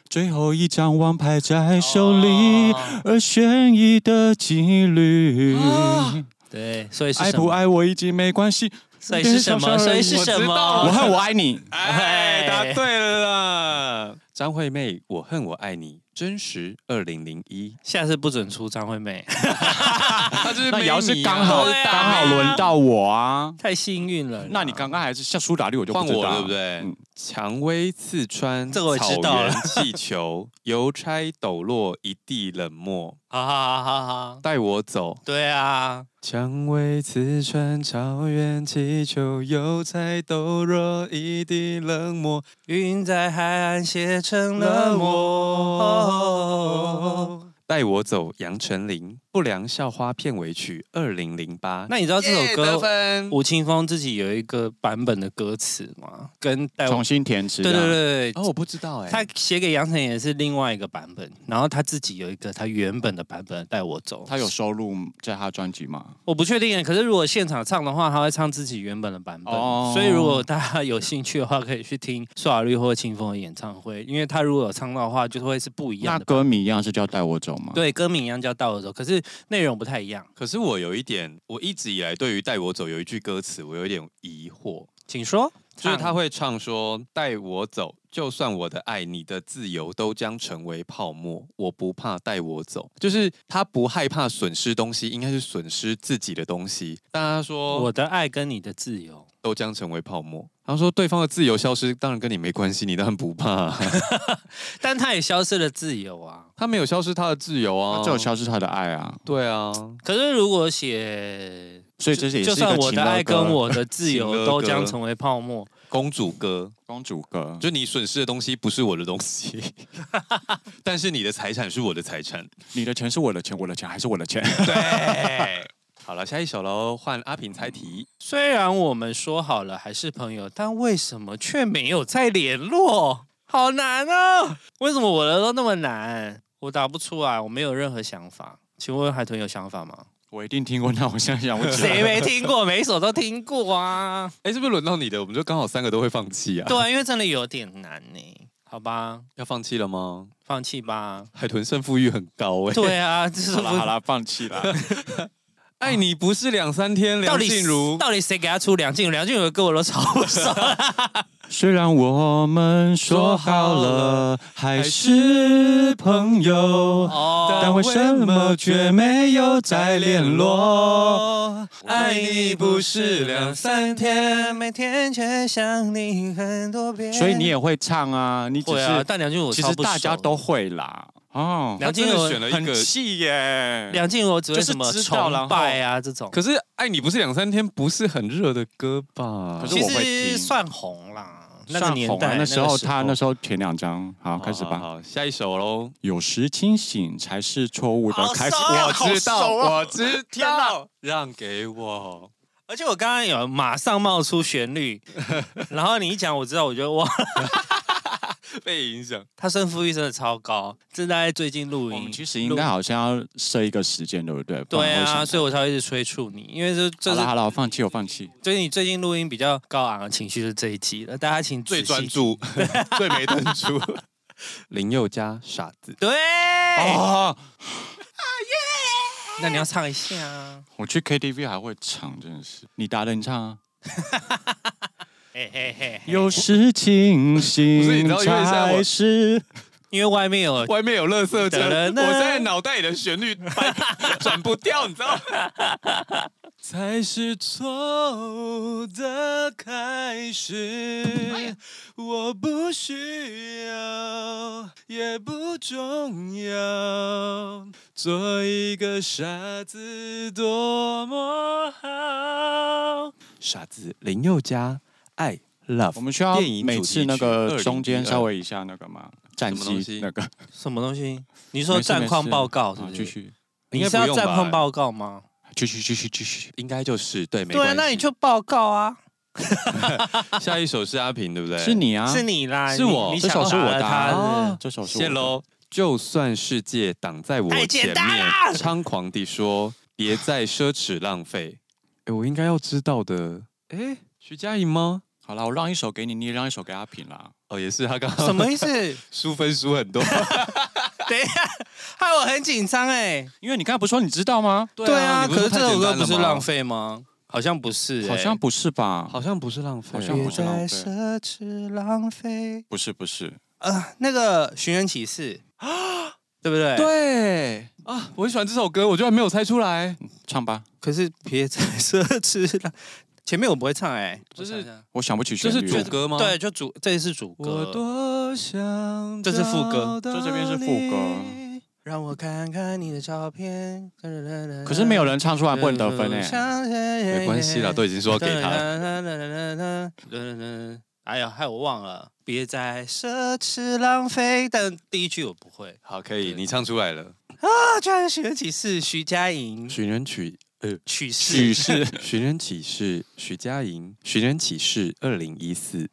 [SPEAKER 1] 最后一张王牌
[SPEAKER 2] 哦
[SPEAKER 1] 在手
[SPEAKER 3] 哦
[SPEAKER 1] 里，二选一的几率。
[SPEAKER 3] 啊
[SPEAKER 2] 对，所以是
[SPEAKER 1] 爱
[SPEAKER 2] 什
[SPEAKER 1] 不
[SPEAKER 2] 么？
[SPEAKER 1] 爱我已经没关系，
[SPEAKER 2] 所以是什么？所以是
[SPEAKER 3] 我知
[SPEAKER 2] 什么？
[SPEAKER 3] 道
[SPEAKER 1] 我恨我
[SPEAKER 2] *laughs*
[SPEAKER 1] 爱你。
[SPEAKER 3] 哎，
[SPEAKER 2] 哎
[SPEAKER 3] 答对了啦！张惠妹，我恨我爱你，真实二零零一。
[SPEAKER 2] 下次不准出张惠妹。
[SPEAKER 3] 他就是
[SPEAKER 1] 那也要是
[SPEAKER 3] 没你啊
[SPEAKER 1] 刚好
[SPEAKER 2] 对啊
[SPEAKER 1] 刚好轮到我啊，
[SPEAKER 2] *laughs* 太幸运了啦。
[SPEAKER 1] 那你刚刚还是像苏打绿，我就不
[SPEAKER 3] 换
[SPEAKER 1] 知
[SPEAKER 3] 我
[SPEAKER 1] 道
[SPEAKER 3] 了对不？对
[SPEAKER 1] 嗯？
[SPEAKER 3] 蔷薇刺穿
[SPEAKER 2] 这个我知道
[SPEAKER 3] 草
[SPEAKER 2] 了
[SPEAKER 3] 原气球， *laughs* 邮差抖落一地冷漠，
[SPEAKER 2] 好好好好好，
[SPEAKER 3] 带我走。
[SPEAKER 2] 对啊，
[SPEAKER 3] 蔷薇刺穿草原，气球油菜抖落一地冷漠。
[SPEAKER 2] 云在海岸写成了
[SPEAKER 3] 冷
[SPEAKER 2] 我。
[SPEAKER 3] 漠，带我走，杨丞琳《不良校花片尾曲》二零零八。
[SPEAKER 2] 那你知道这首
[SPEAKER 3] 耶得
[SPEAKER 2] 歌
[SPEAKER 3] 分
[SPEAKER 2] 吴青峰自己有一个版本的歌词吗？跟带我
[SPEAKER 1] 重新填词。啊
[SPEAKER 2] 对对。对对，
[SPEAKER 3] 哦，我不知道哎、
[SPEAKER 2] 他写给杨丞琳也是另外一个版本，然后他自己有一个他原本的版本的带我走。
[SPEAKER 1] 他有收录在他专辑吗？
[SPEAKER 2] 我不确定，可是如果现场唱的话，他会唱自己原本的版本。
[SPEAKER 1] 哦
[SPEAKER 2] 所以如果大家有兴趣的话，可以去听苏打绿或清风的演唱会，因为他如果有唱到的话，就会是不一样
[SPEAKER 1] 那
[SPEAKER 2] 的版本。
[SPEAKER 1] 歌名一样是叫《带我走》吗？，
[SPEAKER 2] 对，歌名一样叫《到的时候》，可是内容不太一样，
[SPEAKER 3] 可是我有一点，我一直以来对于“带我走”有一句歌词，我有一点疑惑，
[SPEAKER 2] 请说。
[SPEAKER 3] 就是他
[SPEAKER 2] 唱
[SPEAKER 3] 会唱说：“带我走，就算我的爱，你的自由都将成为泡沫，我不怕带我走。”就是他不害怕损失东西，应该是损失自己的东西。但他说
[SPEAKER 2] 我的爱跟你的自由，
[SPEAKER 3] 都将成为泡沫。他说对方的自由消失，当然跟你没关系，你当然不怕、
[SPEAKER 2] 但他也消失了自由啊。
[SPEAKER 3] 他没有消失他的自由啊，
[SPEAKER 1] 他只有消失他的爱啊，
[SPEAKER 3] 对啊，
[SPEAKER 2] 可是如果写，
[SPEAKER 1] 所以这是也是
[SPEAKER 2] 就
[SPEAKER 1] 一
[SPEAKER 2] 算
[SPEAKER 1] 个
[SPEAKER 2] 我
[SPEAKER 1] 情
[SPEAKER 2] 的
[SPEAKER 1] 歌
[SPEAKER 2] 爱跟
[SPEAKER 1] 歌，
[SPEAKER 2] 我的自
[SPEAKER 3] 情
[SPEAKER 2] 由
[SPEAKER 3] 歌
[SPEAKER 2] 都
[SPEAKER 3] 歌
[SPEAKER 2] 将成为泡沫，
[SPEAKER 3] 公主歌。
[SPEAKER 1] 公主歌，
[SPEAKER 3] 就你损失的东西不是我的东西，但是你的财产是我的财产。
[SPEAKER 1] 你的钱是我的钱，我的钱还是我的钱。 *laughs*
[SPEAKER 3] 对， *laughs* 好了，下一首喽，换阿平猜题。
[SPEAKER 2] 虽然我们说好了还是朋友，但为什么却没有再联络？好难哦！为什么我的都那么难？我答不出来，我没有任何想法。请问海豚有想法吗？
[SPEAKER 1] 我一定听过，那我现在想不起
[SPEAKER 2] 谁
[SPEAKER 1] 来。
[SPEAKER 2] 没听过？每一首都听过啊。 *laughs*
[SPEAKER 3] 哎、是不是轮到你的？我们就刚好三个都会放弃啊。
[SPEAKER 2] 对啊，因为真的有点难呢。好吧，
[SPEAKER 3] 要放弃了吗？
[SPEAKER 2] 放弃吧。
[SPEAKER 3] 海豚胜负欲很高哎、
[SPEAKER 2] 对啊，这是
[SPEAKER 1] *laughs* 好啦好
[SPEAKER 2] 了，
[SPEAKER 1] 啦，放弃啦。
[SPEAKER 3] 爱你不是两三天，
[SPEAKER 2] 到
[SPEAKER 3] 梁
[SPEAKER 2] 底
[SPEAKER 3] 静茹。
[SPEAKER 2] 到底谁给他出梁静茹？梁静茹的歌我都超不熟。
[SPEAKER 1] 虽然我们说好了还是朋友，
[SPEAKER 2] 哦
[SPEAKER 1] 但为什么却没有再联络？
[SPEAKER 3] 爱你不是两
[SPEAKER 2] 三天，每天却想你很多遍
[SPEAKER 1] 所以你也会唱啊，你只
[SPEAKER 2] 会啊，
[SPEAKER 1] 是
[SPEAKER 2] 但梁静茹我
[SPEAKER 1] 其
[SPEAKER 2] 超
[SPEAKER 1] 实
[SPEAKER 2] 不熟
[SPEAKER 1] 大家都会啦。哦，
[SPEAKER 2] 梁静茹
[SPEAKER 3] 他真的选了一个
[SPEAKER 1] 很气耶。
[SPEAKER 2] 梁静茹只会什么
[SPEAKER 1] 就是知道然
[SPEAKER 2] 崇
[SPEAKER 1] 后
[SPEAKER 2] 拜啊这种，
[SPEAKER 3] 可是爱你不是两三天，不是很热的歌吧？
[SPEAKER 1] 可是
[SPEAKER 2] 其
[SPEAKER 1] 我会听
[SPEAKER 2] 实算红啦，那个
[SPEAKER 1] 算
[SPEAKER 2] 年
[SPEAKER 1] 红啊
[SPEAKER 2] 代
[SPEAKER 1] 那时候他那
[SPEAKER 2] 那
[SPEAKER 1] 时候前两张，好开始
[SPEAKER 3] 好
[SPEAKER 1] 吧。
[SPEAKER 3] 好好下一首喽。
[SPEAKER 1] 有时清醒才是错误的
[SPEAKER 2] 好
[SPEAKER 1] 开始，
[SPEAKER 2] 熟啊
[SPEAKER 1] 我
[SPEAKER 2] 好
[SPEAKER 1] 知道，
[SPEAKER 2] 熟啊
[SPEAKER 1] 我知
[SPEAKER 2] 天哪
[SPEAKER 1] 道。
[SPEAKER 3] 让给我，
[SPEAKER 2] 而且我刚刚有马上冒出旋律，然后你一讲我知道，我觉得哇，
[SPEAKER 3] 被影响。
[SPEAKER 2] 他胜负欲真的超高，这大概最近录
[SPEAKER 1] 我们
[SPEAKER 2] 音。
[SPEAKER 1] 其实应该好像要设一个时间，对不对？不
[SPEAKER 2] 对
[SPEAKER 1] 然会想
[SPEAKER 2] 啊，
[SPEAKER 1] 太
[SPEAKER 2] 所以我才会一直催促你，因为这这
[SPEAKER 1] 好
[SPEAKER 2] 是
[SPEAKER 1] 了好了，我放弃，我放弃。
[SPEAKER 2] 所以你最近录音比较高昂的情绪是这一集了，大家请仔
[SPEAKER 3] 最
[SPEAKER 2] 细
[SPEAKER 3] 专。注， *laughs* 最没专
[SPEAKER 1] *laughs*
[SPEAKER 3] 注。林宥嘉傻子，
[SPEAKER 2] 对，哎
[SPEAKER 1] 哦，
[SPEAKER 2] 那你要唱一下啊。
[SPEAKER 1] 我去 KTV 还会唱，真的是。你答的你唱啊。
[SPEAKER 2] 嘿嘿嘿，
[SPEAKER 1] 有时 *laughs* 清
[SPEAKER 3] 不是你
[SPEAKER 1] 醒
[SPEAKER 3] 知道因为现在我
[SPEAKER 1] 才是
[SPEAKER 2] 因为外面有
[SPEAKER 3] 外面有垃圾车，
[SPEAKER 2] 哒啦
[SPEAKER 3] 我
[SPEAKER 2] 啦
[SPEAKER 3] 在脑袋里的旋律摆转不掉，你知道吗？ *laughs* 才是错误的开始，我不需要，也不重要，做一个傻子多么好。傻子林宥嘉，爱 love，
[SPEAKER 1] *laughs* 我们需要
[SPEAKER 3] 电影主题
[SPEAKER 1] 每次那
[SPEAKER 3] 曲
[SPEAKER 1] 个
[SPEAKER 3] 2012
[SPEAKER 1] 中间稍微一下那个嘛，战
[SPEAKER 3] 什么东
[SPEAKER 1] 绩
[SPEAKER 3] 西
[SPEAKER 1] 那个。
[SPEAKER 2] 什么东西？你
[SPEAKER 1] 没
[SPEAKER 2] 说
[SPEAKER 1] 事
[SPEAKER 2] 战况
[SPEAKER 1] 没事
[SPEAKER 2] 报告是
[SPEAKER 1] 好
[SPEAKER 2] 不
[SPEAKER 1] 继
[SPEAKER 2] 是？
[SPEAKER 1] 续
[SPEAKER 2] 你
[SPEAKER 3] 应
[SPEAKER 2] 是
[SPEAKER 3] 该不
[SPEAKER 2] 要
[SPEAKER 3] 用
[SPEAKER 2] 战
[SPEAKER 3] 吧
[SPEAKER 2] 况报告吗？
[SPEAKER 1] 继续继续继续。
[SPEAKER 3] 应该就是对，没
[SPEAKER 2] 对啊，
[SPEAKER 3] 关
[SPEAKER 2] 那
[SPEAKER 3] 系
[SPEAKER 2] 你就报告啊，
[SPEAKER 3] 下一首是阿平，对不对？
[SPEAKER 1] 是你啊，
[SPEAKER 2] 是你啦，
[SPEAKER 3] 是
[SPEAKER 2] 你
[SPEAKER 3] 我
[SPEAKER 2] 你
[SPEAKER 1] 这
[SPEAKER 2] 想
[SPEAKER 1] 首是我
[SPEAKER 2] 打
[SPEAKER 1] 的
[SPEAKER 2] 他
[SPEAKER 1] 啊
[SPEAKER 2] 是不是
[SPEAKER 1] 哦，这首是我
[SPEAKER 3] 谢
[SPEAKER 1] 的。
[SPEAKER 3] 喽。就算世界挡在我
[SPEAKER 2] 太
[SPEAKER 3] 前
[SPEAKER 2] 简
[SPEAKER 3] 面
[SPEAKER 2] 单，了
[SPEAKER 3] 猖狂地说：“别再奢侈浪费。”哎，我应该要知道的。哎，徐佳莹吗？
[SPEAKER 1] 好了，我让一首给你，你也让一首给阿平啦。
[SPEAKER 3] 哦，也是，他刚
[SPEAKER 2] 什
[SPEAKER 3] 刚
[SPEAKER 2] 么意思？
[SPEAKER 3] 输分输很 *laughs* 多。
[SPEAKER 2] 等一下，害我很紧张哎。
[SPEAKER 1] 因为你刚才不是说你知道吗？
[SPEAKER 2] 对啊，
[SPEAKER 3] 你
[SPEAKER 2] 可是
[SPEAKER 3] 太
[SPEAKER 2] 这首
[SPEAKER 3] 简
[SPEAKER 2] 歌
[SPEAKER 3] 单
[SPEAKER 2] 不
[SPEAKER 3] 了
[SPEAKER 2] 是
[SPEAKER 3] 吗
[SPEAKER 2] 浪，费吗？好像不是欸，
[SPEAKER 1] 好像不是吧？
[SPEAKER 3] 好像不是浪费，
[SPEAKER 1] 好像
[SPEAKER 2] 别
[SPEAKER 1] 不是浪
[SPEAKER 2] 再
[SPEAKER 1] 费
[SPEAKER 2] 奢侈浪费。
[SPEAKER 1] 不是不是，
[SPEAKER 2] 呃，那个《寻人启事》啊，对不对？。
[SPEAKER 3] 对啊，我很喜欢这首歌，我居然没有猜出来。
[SPEAKER 1] 唱吧。
[SPEAKER 2] 可是别再奢侈浪，前面我不会唱哎、
[SPEAKER 3] 就
[SPEAKER 2] 就是是
[SPEAKER 1] 我想不起
[SPEAKER 3] 这
[SPEAKER 1] 旋
[SPEAKER 3] 是
[SPEAKER 1] 律了。
[SPEAKER 3] 主歌吗？
[SPEAKER 2] 对，，就主这是主
[SPEAKER 3] 我
[SPEAKER 2] 歌，
[SPEAKER 3] 多想
[SPEAKER 2] 这是副歌
[SPEAKER 3] 找到
[SPEAKER 1] 这这边是副
[SPEAKER 3] 你。
[SPEAKER 2] 让我看看你的照片。可
[SPEAKER 1] 可是没有人唱出来，不能得
[SPEAKER 3] 呃
[SPEAKER 1] 分哎。
[SPEAKER 2] 没
[SPEAKER 3] 没关系啦，都已经说要给他了。
[SPEAKER 2] 了。哎呀，害我忘了，别再奢侈浪费。但第一句我不会。
[SPEAKER 3] 好，可以，你唱出来了。
[SPEAKER 2] 啊，居然是人启事，徐佳莹
[SPEAKER 3] 寻人曲，呃，
[SPEAKER 2] 曲
[SPEAKER 1] 许
[SPEAKER 2] 事。*laughs*
[SPEAKER 1] 是
[SPEAKER 3] 寻人启事，徐佳莹，寻人启事，二零一四。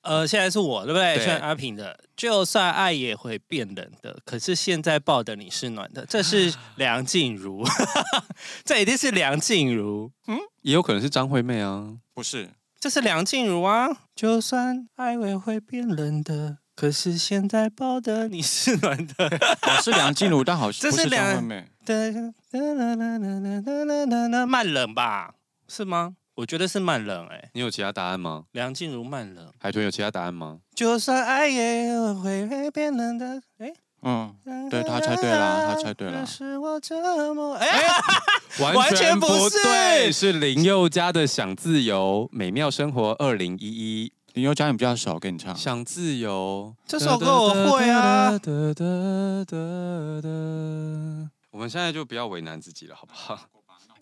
[SPEAKER 2] 呃，现在是我对不对？
[SPEAKER 3] 对
[SPEAKER 2] 算阿平的，就算爱也会变冷的，可是现在抱的你是暖的，这是梁静茹， *laughs* 这一定是梁静茹，
[SPEAKER 3] 也有可能是张惠妹啊，
[SPEAKER 1] 不是？
[SPEAKER 2] 这是梁静茹啊！就算爱也会变冷的，可是现在抱的你是暖的。
[SPEAKER 1] 我是梁静茹，但好
[SPEAKER 2] 这
[SPEAKER 1] 像
[SPEAKER 2] 是
[SPEAKER 1] 不是张
[SPEAKER 2] 梁
[SPEAKER 1] 惠妹。
[SPEAKER 2] 哒啦啦啦啦啦啦啦啦啦慢冷吧？是吗？我觉得是慢冷哎、
[SPEAKER 3] 你有其他答案吗？
[SPEAKER 2] 梁静茹慢冷。
[SPEAKER 3] 海豚有其他答案吗？
[SPEAKER 2] 就算爱也会变冷的，哎、
[SPEAKER 1] 嗯，
[SPEAKER 2] 对
[SPEAKER 1] 对
[SPEAKER 2] 他
[SPEAKER 1] 他
[SPEAKER 2] 猜
[SPEAKER 1] 猜
[SPEAKER 2] 对
[SPEAKER 1] 对
[SPEAKER 2] 了，
[SPEAKER 1] 了
[SPEAKER 2] 他
[SPEAKER 1] 他
[SPEAKER 2] 猜
[SPEAKER 1] 猜
[SPEAKER 2] 对
[SPEAKER 1] 对
[SPEAKER 2] 了
[SPEAKER 1] 了。
[SPEAKER 2] 是我折磨。哎，
[SPEAKER 3] 完
[SPEAKER 2] 全不是
[SPEAKER 3] 对，是林宥嘉的《想自由》，美妙生活二零一一，
[SPEAKER 1] 林宥嘉你比较少，跟你唱。
[SPEAKER 3] 《想自由》
[SPEAKER 2] 这首歌我会啊
[SPEAKER 3] 哒哒哒哒哒哒我们现在就不要为难自己了，好不好？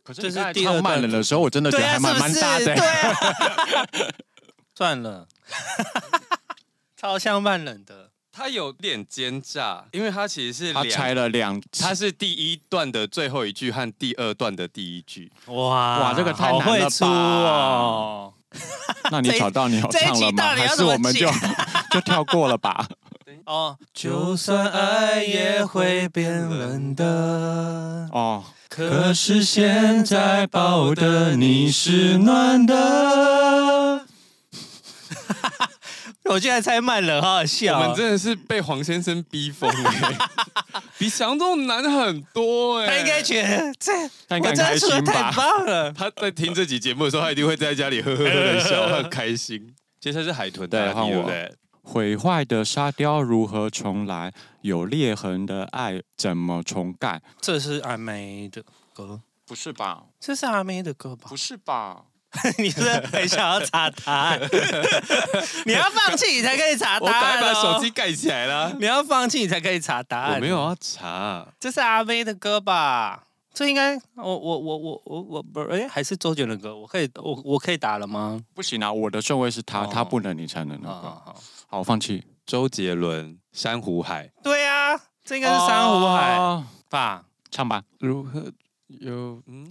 [SPEAKER 1] 可
[SPEAKER 2] 这是
[SPEAKER 1] 是你刚才
[SPEAKER 2] 第二
[SPEAKER 1] 唱慢
[SPEAKER 2] 段
[SPEAKER 1] 冷的时候，我真的觉
[SPEAKER 2] 对
[SPEAKER 1] 得
[SPEAKER 2] 啊，
[SPEAKER 1] 还
[SPEAKER 2] 是
[SPEAKER 1] 蛮
[SPEAKER 2] 不
[SPEAKER 1] 蛮
[SPEAKER 2] 是？
[SPEAKER 1] 搭的
[SPEAKER 2] 对
[SPEAKER 1] 欸。
[SPEAKER 2] 啊， *laughs* 算了， *laughs* 超像慢冷的。
[SPEAKER 3] 它有点奸诈，因为它其实是
[SPEAKER 1] 他
[SPEAKER 3] 两
[SPEAKER 1] 拆了两，
[SPEAKER 3] 它是第一段的最后一句和第二段的第一句。
[SPEAKER 2] 哇
[SPEAKER 1] 哇这个太
[SPEAKER 2] 好
[SPEAKER 1] 难了
[SPEAKER 2] 会出哦！
[SPEAKER 1] 那你
[SPEAKER 2] 这一
[SPEAKER 1] 找到你有
[SPEAKER 2] 这一
[SPEAKER 1] 唱
[SPEAKER 2] 集
[SPEAKER 1] 了
[SPEAKER 2] 到
[SPEAKER 1] 吗？
[SPEAKER 2] 底要
[SPEAKER 1] 还是
[SPEAKER 2] 怎么
[SPEAKER 1] 我们
[SPEAKER 2] 剪
[SPEAKER 1] 就 *laughs* 就跳过了吧？
[SPEAKER 2] 哦，
[SPEAKER 3] 就算爱也会变冷
[SPEAKER 2] 的，
[SPEAKER 1] 哦，
[SPEAKER 2] 可
[SPEAKER 1] 是现在抱的
[SPEAKER 2] 你是暖
[SPEAKER 1] 的。
[SPEAKER 2] *laughs* 我现在猜慢了，好好笑
[SPEAKER 3] 我
[SPEAKER 2] 哦。
[SPEAKER 3] 们真的是被黄先生逼疯、欸， *laughs* 比想象中难很多哎、
[SPEAKER 2] 他应该觉得这
[SPEAKER 1] 他应该
[SPEAKER 2] 我
[SPEAKER 1] 很
[SPEAKER 2] 真
[SPEAKER 1] 开
[SPEAKER 2] 的出的
[SPEAKER 1] 心
[SPEAKER 2] 太
[SPEAKER 1] 吧？
[SPEAKER 2] 棒了。
[SPEAKER 3] 他在听这集节目的时候，他一定会在家里呵呵呵的笑，他很开心。接下来是海豚啊
[SPEAKER 1] 对
[SPEAKER 3] 大
[SPEAKER 1] 换
[SPEAKER 3] 帝，
[SPEAKER 1] 我
[SPEAKER 3] 对不对？
[SPEAKER 1] 毁坏的沙雕如何重来？有裂痕的爱怎么重盖？
[SPEAKER 2] 这是阿妹的歌，
[SPEAKER 1] 不是吧？
[SPEAKER 2] 这是阿妹的歌吧？
[SPEAKER 1] 是吧？
[SPEAKER 2] *laughs* 你是不是很想要查答案？ *laughs* 你要放弃你才可以查
[SPEAKER 3] 我
[SPEAKER 2] 答
[SPEAKER 3] 赶
[SPEAKER 2] 案、
[SPEAKER 3] 快
[SPEAKER 2] 哦。
[SPEAKER 3] 把手机盖起来了。
[SPEAKER 2] *laughs* 你要放弃你才可以查答案。
[SPEAKER 3] 我没有，要查，
[SPEAKER 2] 这是阿妹的歌吧？这应该我我我我我我不哎，还是周杰伦的歌？我可以我我可以打了吗？
[SPEAKER 1] 不行啊，我的顺位是他，
[SPEAKER 2] 哦
[SPEAKER 1] 他不能，你才
[SPEAKER 3] 嗯
[SPEAKER 1] 能那
[SPEAKER 2] 好好
[SPEAKER 1] 个。
[SPEAKER 2] 好，
[SPEAKER 1] 好，我放弃。
[SPEAKER 3] 周杰伦《珊瑚海》
[SPEAKER 2] 对啊，这应该是珊瑚海
[SPEAKER 1] 哦
[SPEAKER 2] 吧？
[SPEAKER 1] 唱吧。
[SPEAKER 3] 如何有嗯，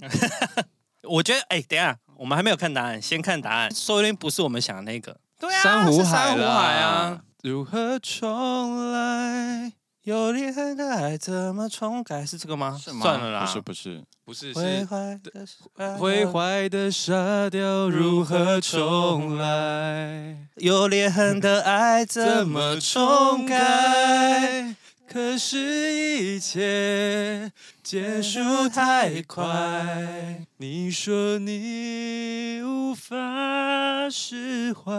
[SPEAKER 2] 我觉得哎，等一下我们还没有看答案，先看答案，说不定不是我们想的那个。对啊，
[SPEAKER 3] 珊瑚
[SPEAKER 2] 是
[SPEAKER 3] 海
[SPEAKER 2] 珊瑚
[SPEAKER 3] 啦
[SPEAKER 2] 海啊。，
[SPEAKER 3] 如何重来？
[SPEAKER 2] 有裂痕的爱怎么重改？是这个吗？
[SPEAKER 1] 是吗
[SPEAKER 2] 算了啦，
[SPEAKER 1] 不是不是，
[SPEAKER 3] 不是
[SPEAKER 2] 毁
[SPEAKER 3] 是
[SPEAKER 2] 坏的呃爱
[SPEAKER 3] 毁坏的沙雕如何重来？
[SPEAKER 2] 有裂痕的爱怎么重改？？
[SPEAKER 3] 可是，一切结束太快。你说你无法释怀。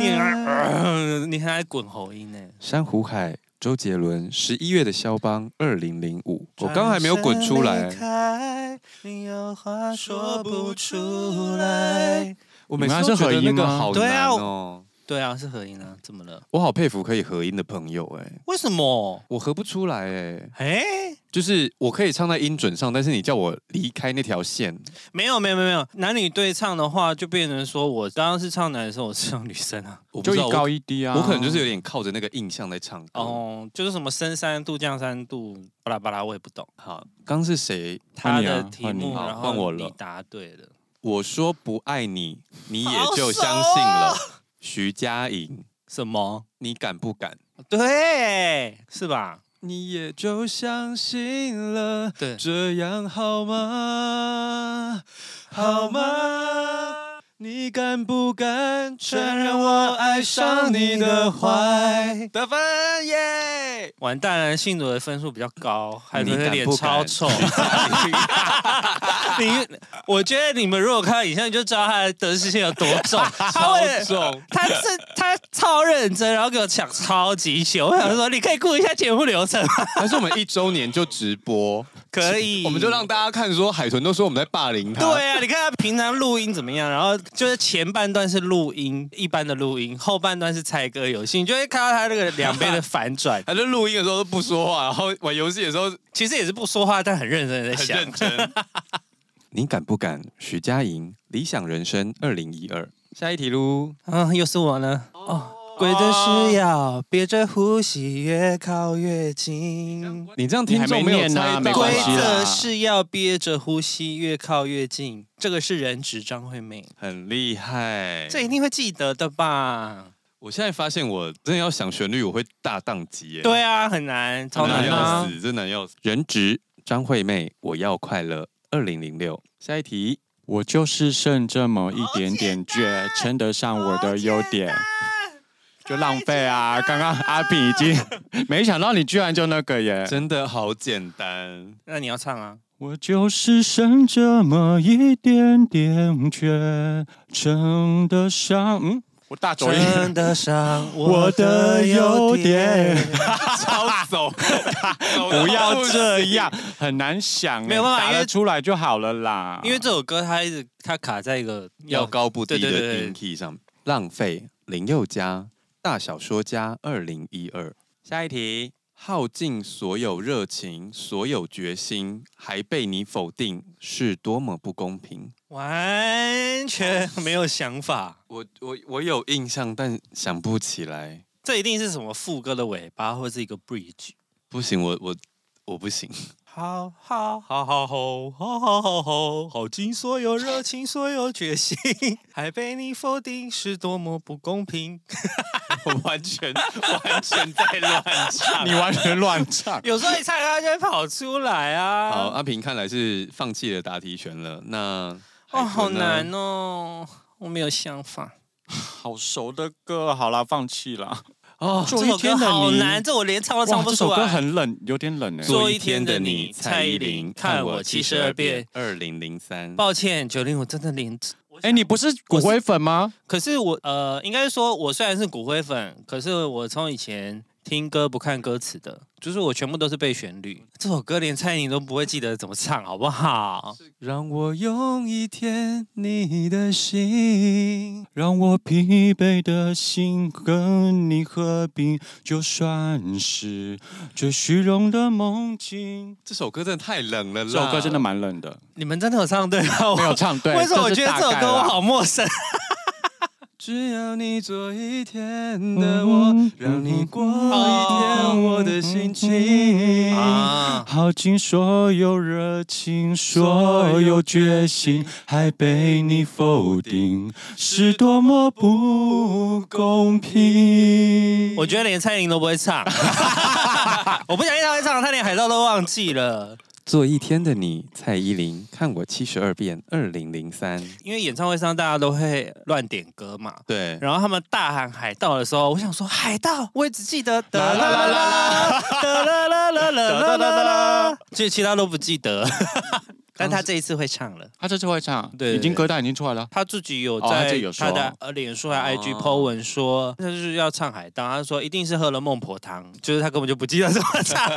[SPEAKER 2] 你 *clears throat* 还、呃你 *clears throat* 还滚喉音呢？
[SPEAKER 3] 珊瑚海，周杰伦，十一月的肖邦，二零零五。我刚还没有滚出
[SPEAKER 2] 转身离
[SPEAKER 3] 来，
[SPEAKER 2] 开你有话说不出来。
[SPEAKER 3] 我
[SPEAKER 1] 你
[SPEAKER 3] 每
[SPEAKER 1] 们
[SPEAKER 3] 次都
[SPEAKER 1] 还是
[SPEAKER 3] 觉
[SPEAKER 1] 合
[SPEAKER 3] 得
[SPEAKER 1] 音
[SPEAKER 3] 那个
[SPEAKER 1] 吗
[SPEAKER 3] 好
[SPEAKER 2] 对啊
[SPEAKER 3] 难哦。
[SPEAKER 2] 对啊，是合音啊，怎么了？
[SPEAKER 3] 我好佩服可以合音的朋友哎、
[SPEAKER 2] 为什么？
[SPEAKER 3] 我合不出来哎、
[SPEAKER 2] 哎、
[SPEAKER 3] 就是我可以唱在音准上，但是你叫我离开那条线，
[SPEAKER 2] 没有没有没有没有，男女对唱的话，就变成说我刚刚是唱男 *laughs* 生，我是唱女生啊。
[SPEAKER 3] 我不
[SPEAKER 1] 就
[SPEAKER 3] 知道
[SPEAKER 1] 一高
[SPEAKER 3] 我
[SPEAKER 1] 一低啊。
[SPEAKER 3] 我可能就是有点靠着那个印象在唱歌。
[SPEAKER 2] 哦，就是什么深三度降三度，巴拉巴拉，我也不懂。
[SPEAKER 3] 好，刚是谁？
[SPEAKER 2] 他
[SPEAKER 1] 换你啊
[SPEAKER 2] 的题
[SPEAKER 1] 换你
[SPEAKER 2] 目，
[SPEAKER 3] 好
[SPEAKER 2] 然后
[SPEAKER 3] 换我了
[SPEAKER 2] 你答对了。
[SPEAKER 3] 我说不爱你，你也
[SPEAKER 2] 好
[SPEAKER 3] 就
[SPEAKER 2] 熟
[SPEAKER 3] 相信了。徐佳莹，
[SPEAKER 2] 什么？
[SPEAKER 3] 你敢不敢？
[SPEAKER 2] 对，是吧？
[SPEAKER 3] 你也就相信了，
[SPEAKER 2] 对
[SPEAKER 3] 这样好吗？
[SPEAKER 2] 好吗？
[SPEAKER 3] 你敢不敢
[SPEAKER 2] 承认我爱上你的怀？
[SPEAKER 3] 得分耶！
[SPEAKER 2] 完蛋了，信卓的分数比较高，海
[SPEAKER 3] 你
[SPEAKER 2] 豚的
[SPEAKER 3] 敢
[SPEAKER 2] 脸
[SPEAKER 3] 不
[SPEAKER 2] 超
[SPEAKER 3] 敢
[SPEAKER 2] 丑。 *laughs* 你，我觉得你们如果看到影像，你就知道他的得失心有多重。 *laughs* 他为了
[SPEAKER 3] 重，
[SPEAKER 2] *laughs* 他是他超认真，然后给我抢超级久。我想说，你可以顾一下节目流程吗？ *laughs*
[SPEAKER 3] 还是我们一周年就直 *laughs* 播，
[SPEAKER 2] 可以，
[SPEAKER 3] 我们就让大家看说海豚都说我们在霸凌他，。
[SPEAKER 2] 对啊，你看他平常录音怎么样？然后就是前半段是录音，一般的录音，后半段是猜歌游戏，你就会看到他那个两边的反转
[SPEAKER 3] 他就录音的时候都不说话，然后玩游戏的时候
[SPEAKER 2] 其实也是不说话，但很认真的在想。
[SPEAKER 3] 真。 *laughs* 你敢不敢？徐佳莹，《理想人生》二零一二。下一题喽，
[SPEAKER 2] 嗯，又是我呢。哦，跪着是要憋着呼吸，越靠越近。
[SPEAKER 3] 你这样听众没有
[SPEAKER 1] 你还没念
[SPEAKER 3] 猜
[SPEAKER 1] 啊
[SPEAKER 3] 到，
[SPEAKER 1] 没关
[SPEAKER 2] 规
[SPEAKER 1] 系啦
[SPEAKER 2] 则是要憋着呼吸，越靠越近。这个是人质张惠妹，
[SPEAKER 3] 很厉害。
[SPEAKER 2] 这一定会记得的吧？
[SPEAKER 3] 我现在发现，我真的要想旋律，我会大宕机耶。
[SPEAKER 2] 对，啊，很难，超
[SPEAKER 3] 真
[SPEAKER 1] 很
[SPEAKER 3] 的
[SPEAKER 2] 难
[SPEAKER 1] 难
[SPEAKER 3] 要
[SPEAKER 2] 啊！
[SPEAKER 3] 死，真的要死。人质张惠妹，我要快乐。二零零六，下一题。
[SPEAKER 1] 我就是剩这么一点点倔，称得上我的优点，就浪费啊！刚刚阿炳已经，没想到你居然就那个耶！
[SPEAKER 3] 真的好简单，
[SPEAKER 2] 那你要唱啊？
[SPEAKER 1] *laughs* 我就是剩这么一点点倔，称得上嗯，我大走音。
[SPEAKER 2] 称得上
[SPEAKER 1] *laughs* 我的优点。
[SPEAKER 3] 超手，
[SPEAKER 2] *laughs*
[SPEAKER 1] 不要这样， *laughs* 很难想欸，
[SPEAKER 2] 没有办法
[SPEAKER 1] 答
[SPEAKER 2] 因为
[SPEAKER 1] 得出来就好了啦。
[SPEAKER 2] 因为这首歌它一直它卡在一个
[SPEAKER 3] 要高不低
[SPEAKER 2] 对对
[SPEAKER 3] 的
[SPEAKER 2] 对
[SPEAKER 3] 音 key 上。浪费林宥嘉《大小说家》二零一二。下一题，耗尽所有热情，所有决心，还被你否定，是多么不公平。
[SPEAKER 2] 完全没有想法，
[SPEAKER 3] 我我我有印象，但想不起来。
[SPEAKER 2] 这一定是什么副歌的尾巴或者是一个 bridge。
[SPEAKER 3] 不行，我我我不 *laughs* 行。
[SPEAKER 2] 好好好好好好好好好，耗尽所有热情，所有决心，还被你否定，是多么不公平。，
[SPEAKER 3] 我完全完全在乱唱。
[SPEAKER 1] 你完全乱唱
[SPEAKER 2] 有时候一唱它就会跑出来啊。
[SPEAKER 3] 好，阿平看来是放弃了答题权了。那
[SPEAKER 2] 哦，好难
[SPEAKER 3] 哦。
[SPEAKER 2] 哦，我没有想法。
[SPEAKER 1] *laughs* 好熟的歌，好啦，放弃啦。
[SPEAKER 3] 哦，
[SPEAKER 2] 这
[SPEAKER 1] 做
[SPEAKER 2] 首歌
[SPEAKER 1] 一天的你
[SPEAKER 2] 好难，这我连唱都唱
[SPEAKER 1] 哇，
[SPEAKER 2] 不
[SPEAKER 1] 这
[SPEAKER 2] 出
[SPEAKER 1] 首歌
[SPEAKER 2] 来。
[SPEAKER 1] 很冷，有点冷哎、
[SPEAKER 2] 做一天的你蔡依林看我72遍，
[SPEAKER 3] 二零零三。
[SPEAKER 2] 抱歉，九零我真的连，
[SPEAKER 1] 哎、你不是骨灰粉吗？
[SPEAKER 2] 可是我呃，应该说，我虽然是骨灰粉，可是我从以前听歌不看歌词的，就是我全部都是背旋律。这首歌连蔡依林都不会记得怎么唱，好不好？
[SPEAKER 3] 让我用一天你的心，
[SPEAKER 1] 让我疲惫的心跟你合并，就算是最虚荣的梦境。
[SPEAKER 3] 这首歌真的太冷了啦，
[SPEAKER 1] 这首歌真的蛮冷的，
[SPEAKER 2] 你们真的有唱对吗？
[SPEAKER 1] 没
[SPEAKER 2] *laughs*
[SPEAKER 1] 有唱 *laughs* 对。
[SPEAKER 2] 为什么我
[SPEAKER 1] 是
[SPEAKER 2] 觉得
[SPEAKER 1] 大
[SPEAKER 2] 这首
[SPEAKER 1] 概
[SPEAKER 2] 歌我
[SPEAKER 1] 啦
[SPEAKER 2] 好陌
[SPEAKER 1] *laughs*
[SPEAKER 2] 生？
[SPEAKER 3] 只要你做一天的
[SPEAKER 1] 的
[SPEAKER 3] 我
[SPEAKER 1] 我，
[SPEAKER 3] 让
[SPEAKER 1] 让
[SPEAKER 3] 你
[SPEAKER 1] 你
[SPEAKER 3] 过一
[SPEAKER 1] 过
[SPEAKER 2] 一
[SPEAKER 3] 天
[SPEAKER 2] 天
[SPEAKER 3] 我
[SPEAKER 1] 我
[SPEAKER 3] 的
[SPEAKER 1] 的
[SPEAKER 3] 心
[SPEAKER 1] 心
[SPEAKER 3] 情
[SPEAKER 1] 情。
[SPEAKER 2] 啊，
[SPEAKER 1] 耗尽所有热情，所有决心，还被你否定，是多么不公平。
[SPEAKER 2] 我觉得连蔡依林都不会
[SPEAKER 1] *laughs*
[SPEAKER 2] 唱，我不相信她会唱，她连海盗都忘记了。
[SPEAKER 3] 做一天的你，蔡依林，看我七十二变，二零零三。
[SPEAKER 2] 因为演唱会上大家都会乱点歌嘛，
[SPEAKER 3] 对，
[SPEAKER 2] 然后他们大喊海盗的时候，我想说海盗，我也只记得哒啦
[SPEAKER 1] 啦
[SPEAKER 2] 啦
[SPEAKER 1] 啦
[SPEAKER 2] 啦哒啦啦啦啦啦
[SPEAKER 1] 哒哒
[SPEAKER 2] 啦
[SPEAKER 1] 哒哒
[SPEAKER 2] 啦，这其他都不记得，但他这一次会唱了。
[SPEAKER 1] 他这次会唱，
[SPEAKER 2] 对
[SPEAKER 1] 已经歌单已经出来了。
[SPEAKER 2] 他自己有
[SPEAKER 1] 哦他自
[SPEAKER 2] 在
[SPEAKER 1] 己有说
[SPEAKER 2] 他的呃脸书和 IG
[SPEAKER 3] 哦
[SPEAKER 2] po 文说，他就是要唱海盗，他说一定是喝了孟婆汤，就是他根本就不记得怎么唱。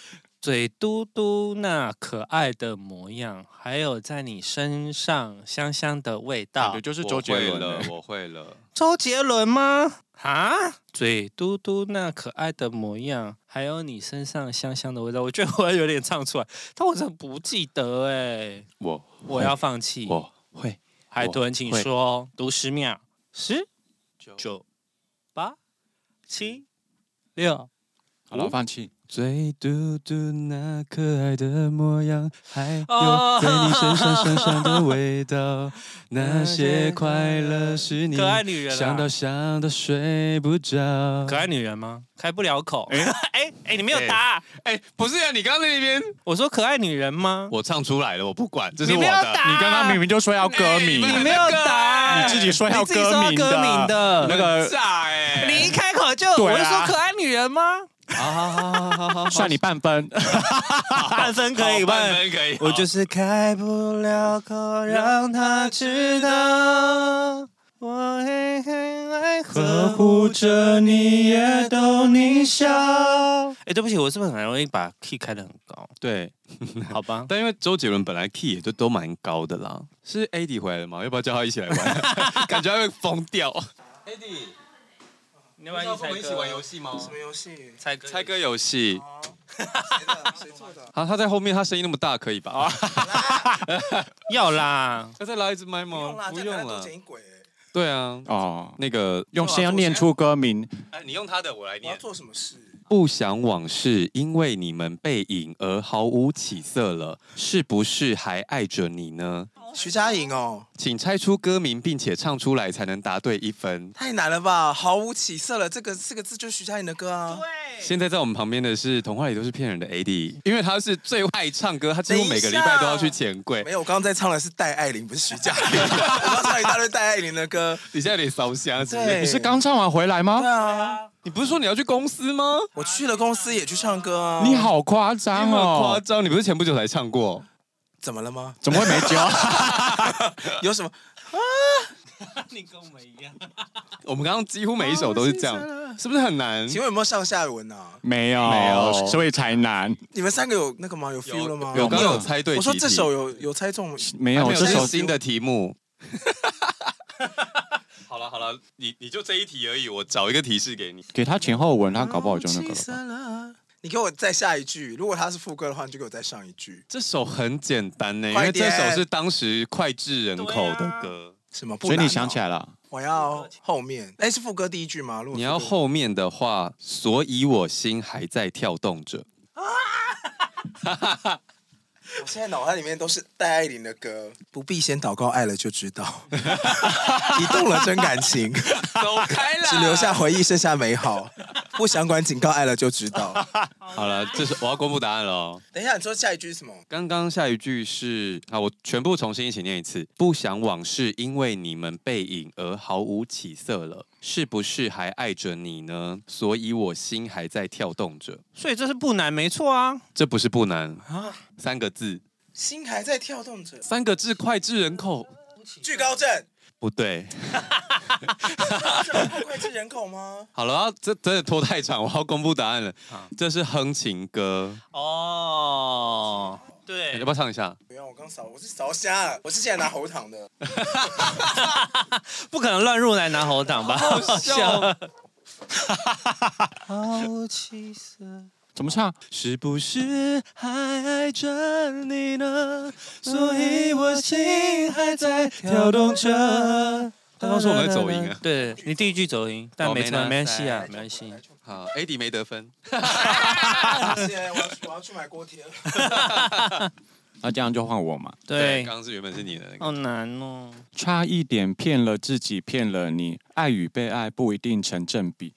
[SPEAKER 2] *laughs* 嘴嘟嘟那可爱的模样，还有在你身上香香的味道，
[SPEAKER 1] 对，就是周杰伦
[SPEAKER 3] 了
[SPEAKER 1] 欸，，
[SPEAKER 3] 我会了。
[SPEAKER 2] 周杰伦吗？啊，嘴嘟嘟那可爱的模样，还有你身上香香的味道，我觉得我有点唱出来，但我真的不记得哎、
[SPEAKER 3] 我
[SPEAKER 2] 我要放弃。
[SPEAKER 3] 我会
[SPEAKER 2] 海豚，请
[SPEAKER 3] 会
[SPEAKER 2] 说，读十秒，十、九、八、七、六。
[SPEAKER 1] 好了，放弃。
[SPEAKER 3] 最嘟嘟那可爱的模样，还有
[SPEAKER 2] 哦
[SPEAKER 3] 在你身上香香的味道，那些快乐是你
[SPEAKER 2] 可爱女人啊，
[SPEAKER 3] 想到想到睡不着。
[SPEAKER 2] 可爱女人吗？开不了口。哎 *laughs* 哎你没有答啊、
[SPEAKER 3] 哎，不是啊，你刚刚那边
[SPEAKER 2] 我说可爱女人吗？
[SPEAKER 3] 我唱出来了，我不管，这
[SPEAKER 2] 你没有答、啊
[SPEAKER 1] 你刚刚明明就说要歌名，
[SPEAKER 2] 你没有答、啊
[SPEAKER 1] 你自己说要
[SPEAKER 2] 你自己说
[SPEAKER 1] 歌名的
[SPEAKER 2] 歌名的
[SPEAKER 1] 那个
[SPEAKER 3] 炸 *laughs* 哎
[SPEAKER 2] 你一开口就，
[SPEAKER 1] 对啊
[SPEAKER 2] 我是说可爱女人吗？
[SPEAKER 3] 好好好好好好，
[SPEAKER 1] 算你半分。
[SPEAKER 2] *laughs* 半分可以
[SPEAKER 3] *laughs*
[SPEAKER 2] 半，
[SPEAKER 3] 分可以
[SPEAKER 2] 我就是开不了口，让她知道我很很爱呵护着你，也逗你笑。哎，对不起，我是不是很容易把 key 开的很 *laughs* 高？
[SPEAKER 3] 对，
[SPEAKER 2] 好吧，
[SPEAKER 3] 但因为周杰伦本来 key 也就都蛮高的啦。是 AD 回来了吗？要不要叫他一起来玩？ *laughs* 感觉他会疯掉。AD，
[SPEAKER 2] 你要不要
[SPEAKER 3] 戏吗？
[SPEAKER 4] 什么游戏？
[SPEAKER 2] 猜歌？
[SPEAKER 3] 猜歌游戏。
[SPEAKER 4] 哦，谁的？谁做
[SPEAKER 3] *laughs*
[SPEAKER 4] 的？
[SPEAKER 3] 好，他在后面，他声音那么大，可以吧？
[SPEAKER 2] 要啦，
[SPEAKER 3] 要再拉一支麦吗？
[SPEAKER 4] 不
[SPEAKER 3] 不
[SPEAKER 4] 用
[SPEAKER 3] 用
[SPEAKER 4] 啦，多
[SPEAKER 3] 了
[SPEAKER 4] 剪。一轨欸。
[SPEAKER 3] 对啊，
[SPEAKER 1] 哦，
[SPEAKER 3] 那个
[SPEAKER 1] 用先要念出歌名，
[SPEAKER 3] 哎，你用他的，我来
[SPEAKER 4] 我要。做什么事？
[SPEAKER 3] 不想往事，因为你们背影而毫无起色了，是不是还爱着你呢？
[SPEAKER 4] 徐佳莹哦，
[SPEAKER 3] 请猜出歌名，并且唱出来才能答对一分。
[SPEAKER 4] 太难了吧，毫无起色了。这个四个字就是徐佳莹的歌啊。
[SPEAKER 3] 现在在我们旁边的是《童话里都是骗人的》AD，因为他是最爱唱歌，他几乎每个礼拜都要去钱柜
[SPEAKER 4] 没。有，我刚刚在唱的是戴爱玲，不是徐佳莹。 *laughs* 我刚唱了一大堆戴爱玲的歌。
[SPEAKER 3] 你现在有点烧香，是不
[SPEAKER 4] 对
[SPEAKER 3] 是？
[SPEAKER 1] 你是刚唱完回来吗
[SPEAKER 4] 对？啊，
[SPEAKER 3] 你不是说你要去公司吗？
[SPEAKER 4] 我去了公司也去唱歌啊。
[SPEAKER 1] 你，好夸
[SPEAKER 3] 这
[SPEAKER 1] 张
[SPEAKER 3] 么夸
[SPEAKER 1] 哦！
[SPEAKER 3] 张，你不是前不久才唱过？
[SPEAKER 4] 怎么了吗？
[SPEAKER 1] 怎么会没 *laughs* 教？
[SPEAKER 4] 有什么？
[SPEAKER 2] 你跟我们一样，
[SPEAKER 3] 我们刚刚几乎每一首都是这样，是不是很难？
[SPEAKER 4] 嗯请问有没有上下文啊？
[SPEAKER 1] 没有，
[SPEAKER 3] 没有
[SPEAKER 1] 所以才难。
[SPEAKER 4] 你们三个有那个吗？有 feel 了吗？
[SPEAKER 3] 有刚
[SPEAKER 4] 你
[SPEAKER 3] 刚有猜对
[SPEAKER 4] 我
[SPEAKER 3] 几题。
[SPEAKER 4] 说这首有有猜中吗，
[SPEAKER 1] 没
[SPEAKER 3] 还
[SPEAKER 1] 有
[SPEAKER 3] 没有
[SPEAKER 1] 这
[SPEAKER 3] 这
[SPEAKER 1] 首
[SPEAKER 3] 是新的题目。 *laughs* 好了好了，你你就这一题而已，我找一个提示给你。
[SPEAKER 1] 给他前后文，他搞不好就那个了吧。
[SPEAKER 4] 了。你给我再下一句，如果它是副歌的话，你就给我再上一句。
[SPEAKER 3] 这首很简单呢，因为
[SPEAKER 4] 快
[SPEAKER 3] 这首
[SPEAKER 4] 点
[SPEAKER 3] 是当时脍炙人口的歌。
[SPEAKER 4] 什么？不
[SPEAKER 1] 所以
[SPEAKER 4] 难
[SPEAKER 1] 你
[SPEAKER 4] 哦
[SPEAKER 1] 想起来了？
[SPEAKER 4] 我要后面，哎，是副歌第一句吗？如果
[SPEAKER 3] 你要
[SPEAKER 4] 副歌
[SPEAKER 3] 后面的话，所以我心还在跳动着。
[SPEAKER 4] 我现在脑袋里面都是戴爱玲的歌，不必先祷告，爱了就知道，你动了真感情，
[SPEAKER 3] 走开啦
[SPEAKER 4] 只留下回忆，剩下美好，不想管警告，爱了就知道，
[SPEAKER 3] 好了，这是我要公布答案了哦。
[SPEAKER 4] 等一下，你说下一句是什么？
[SPEAKER 3] 刚刚下一句是啊，我全部重新一起念一次。不想往事因为你们背影而毫无起色了，是不是还爱着你呢？所以我心还在跳动着。
[SPEAKER 2] *laughs* 所以这是不难，没错啊。
[SPEAKER 3] 这不是不难
[SPEAKER 4] 啊
[SPEAKER 3] 三个字，
[SPEAKER 4] 心还在跳动着，
[SPEAKER 3] 三个字脍炙人口。
[SPEAKER 4] 惧高症，
[SPEAKER 3] 不对，
[SPEAKER 4] 这么快是人口吗？
[SPEAKER 3] 好了，啊这真的拖太长，我 *laughs* 要公布答案了
[SPEAKER 2] 好。
[SPEAKER 3] 这是哼情歌，
[SPEAKER 2] 哦，
[SPEAKER 3] 要
[SPEAKER 2] 对
[SPEAKER 3] 不，要唱一下？
[SPEAKER 4] 不用，我刚扫，我是扫瞎了，我是现在拿喉糖的。
[SPEAKER 2] 不可能乱入来拿喉糖吧？好
[SPEAKER 3] 笑。
[SPEAKER 2] 好气色。
[SPEAKER 1] 怎么唱？
[SPEAKER 3] 是不是还爱着你呢？
[SPEAKER 1] 所以我心还在跳动着。
[SPEAKER 3] 刚刚说我们在走音啊。
[SPEAKER 2] 对你第一句走音，但
[SPEAKER 3] 哦
[SPEAKER 2] 没
[SPEAKER 3] 没
[SPEAKER 2] 关
[SPEAKER 3] 拿
[SPEAKER 2] 没关系啊
[SPEAKER 3] 塞，
[SPEAKER 2] 没关系。
[SPEAKER 3] 好，AD 没得分。
[SPEAKER 4] 谢谢，我要去我要去买锅贴了。
[SPEAKER 1] 那啊这样就换我嘛。
[SPEAKER 2] 对
[SPEAKER 3] 刚，刚是原本是你的那个。
[SPEAKER 2] 好难哦。
[SPEAKER 1] 差一点骗了自己，骗了你。爱与被爱不一定成正比。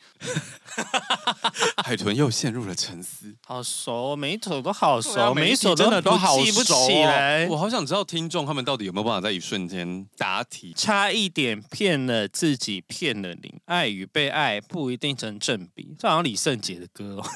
[SPEAKER 3] 海豚又陷入了沉思。
[SPEAKER 2] 好熟，每一首都好
[SPEAKER 3] 对啊
[SPEAKER 2] 熟，
[SPEAKER 3] 每一
[SPEAKER 2] 一首
[SPEAKER 3] 题真的都好
[SPEAKER 2] 记不
[SPEAKER 3] 熟哦
[SPEAKER 2] 起来。
[SPEAKER 3] 我好想知道听众他们到底有没有办法在一瞬间答题。 *laughs*
[SPEAKER 2] 差一点骗了自己，骗了你。爱与被爱不一定成正比，这好像李圣杰的歌哦。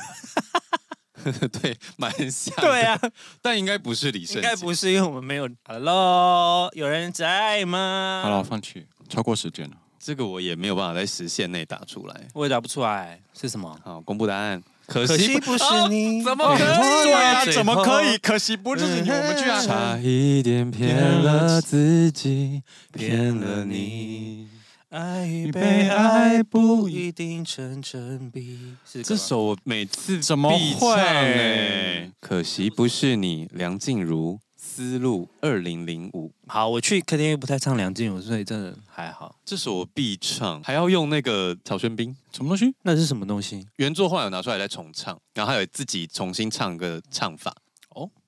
[SPEAKER 3] *laughs* 对，蛮像。
[SPEAKER 2] 对啊，，
[SPEAKER 3] 但应该不是李圣
[SPEAKER 2] *laughs* 应
[SPEAKER 3] 杰。
[SPEAKER 2] 该不是，因为我们没有。Hello，有人在吗？
[SPEAKER 1] 好了，我放弃，超过时间了。
[SPEAKER 3] 这个我也没有办法在时限内答出来。
[SPEAKER 2] 我也答不出来是什么。
[SPEAKER 3] 好，公布答案。可
[SPEAKER 2] 可惜
[SPEAKER 3] 惜
[SPEAKER 2] 不是
[SPEAKER 3] 哦
[SPEAKER 2] 你，
[SPEAKER 3] 怎么可以
[SPEAKER 2] 对啊
[SPEAKER 1] 怎么哦可以？可惜不啊是你，
[SPEAKER 2] 嗯
[SPEAKER 1] 我们居然
[SPEAKER 3] 差一点骗了自己，骗了你。
[SPEAKER 2] 爱与被
[SPEAKER 1] 被
[SPEAKER 2] 爱
[SPEAKER 1] 爱
[SPEAKER 2] 不
[SPEAKER 1] 不
[SPEAKER 2] 一
[SPEAKER 1] 一
[SPEAKER 2] 定成正比。是
[SPEAKER 3] 这
[SPEAKER 2] 个吗
[SPEAKER 3] 首我每次
[SPEAKER 1] 怎么
[SPEAKER 3] 必唱
[SPEAKER 1] 会
[SPEAKER 3] 欸可惜不是你，梁静茹。思路二零零五，
[SPEAKER 2] 好，我去 KTV 不太唱梁静茹，所以真的还好。
[SPEAKER 3] 这首我必唱，还要用那个曹轩宾
[SPEAKER 1] 什么东西？
[SPEAKER 2] 那是什么东西？
[SPEAKER 3] 原作后来有拿出来再重唱，然后还有自己重新唱个唱法，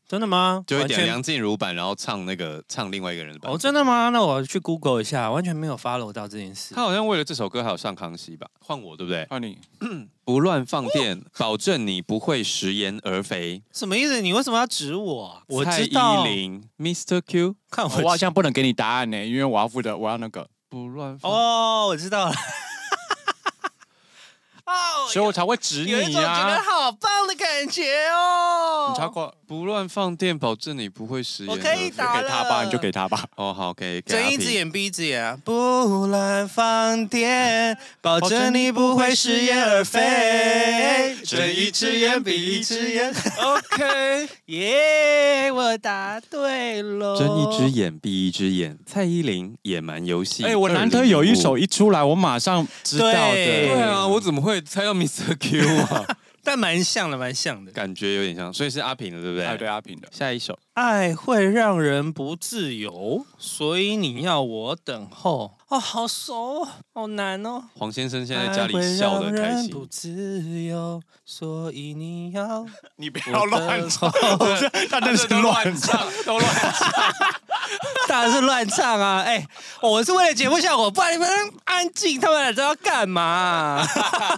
[SPEAKER 2] 真的吗？
[SPEAKER 3] 就会
[SPEAKER 2] 完
[SPEAKER 3] 点
[SPEAKER 2] 全
[SPEAKER 3] 梁静茹版，然后唱那个唱另外一个人的版。
[SPEAKER 2] 哦，真的吗？那我去 Google 一下，完全没有 follow 到这件事
[SPEAKER 3] 他。好像为了这首歌还有上康熙吧？换我对不对？
[SPEAKER 1] 换你。
[SPEAKER 3] 不乱放电，保证你不会食言而肥。
[SPEAKER 2] 什么意思？你为什么要指我啊？我
[SPEAKER 3] 蔡
[SPEAKER 2] 知
[SPEAKER 3] 依
[SPEAKER 2] 道，
[SPEAKER 3] 林，Mr. Q，
[SPEAKER 2] 看我
[SPEAKER 1] 我好像不能给你答案呢，因为我要负责，我要那个，
[SPEAKER 3] 不乱放。
[SPEAKER 2] 哦，我知道了。 *laughs* 哦，
[SPEAKER 1] 所以我才会指
[SPEAKER 2] 有一
[SPEAKER 1] 你
[SPEAKER 2] 种
[SPEAKER 1] 啊
[SPEAKER 2] 觉得
[SPEAKER 1] 呀。
[SPEAKER 2] 好棒的感觉哦。
[SPEAKER 1] 你超过，
[SPEAKER 3] 不乱放电，保证你不会食言
[SPEAKER 2] 我
[SPEAKER 3] 而
[SPEAKER 2] 可以
[SPEAKER 3] 肥。
[SPEAKER 2] 打
[SPEAKER 1] 给他吧，
[SPEAKER 2] 了
[SPEAKER 1] 你就给他吧。
[SPEAKER 3] 哦，好，给给
[SPEAKER 2] 睁
[SPEAKER 3] 阿
[SPEAKER 2] 一只
[SPEAKER 3] 平。
[SPEAKER 2] 眼闭一只眼啊！不乱放电，保证你不会食言而肥。睁一只眼闭一只眼，OK，耶我答对喽！
[SPEAKER 3] 睁一只眼闭一只眼，蔡依林《野蛮游戏》。
[SPEAKER 1] 哎，我难得有一首一出来，我马上知道
[SPEAKER 2] 对
[SPEAKER 1] 的。
[SPEAKER 3] 对啊，我怎么会猜到 Mr. Q
[SPEAKER 2] *laughs*
[SPEAKER 3] 啊？
[SPEAKER 2] 但蛮像的，蛮像的。
[SPEAKER 3] 感觉有点像，所以是阿平的，对不对？
[SPEAKER 2] 啊
[SPEAKER 1] 哎，对阿平的。
[SPEAKER 3] 下一首，
[SPEAKER 2] 爱会让人不自由，所以你要我等候。哦，好熟哦，好难哦。
[SPEAKER 3] 黄先生现在在家
[SPEAKER 2] 哎
[SPEAKER 3] 里笑得很开
[SPEAKER 2] 不
[SPEAKER 3] 心。
[SPEAKER 2] 自由，所以你要
[SPEAKER 1] 你不
[SPEAKER 2] 要乱
[SPEAKER 1] *laughs*
[SPEAKER 2] 唱
[SPEAKER 1] 他真是啊乱唱，都乱唱。 *laughs*
[SPEAKER 2] 当然是乱唱啊！哎、我是为了节目效果，不然你们安静，他们俩知道干嘛、
[SPEAKER 1] *laughs*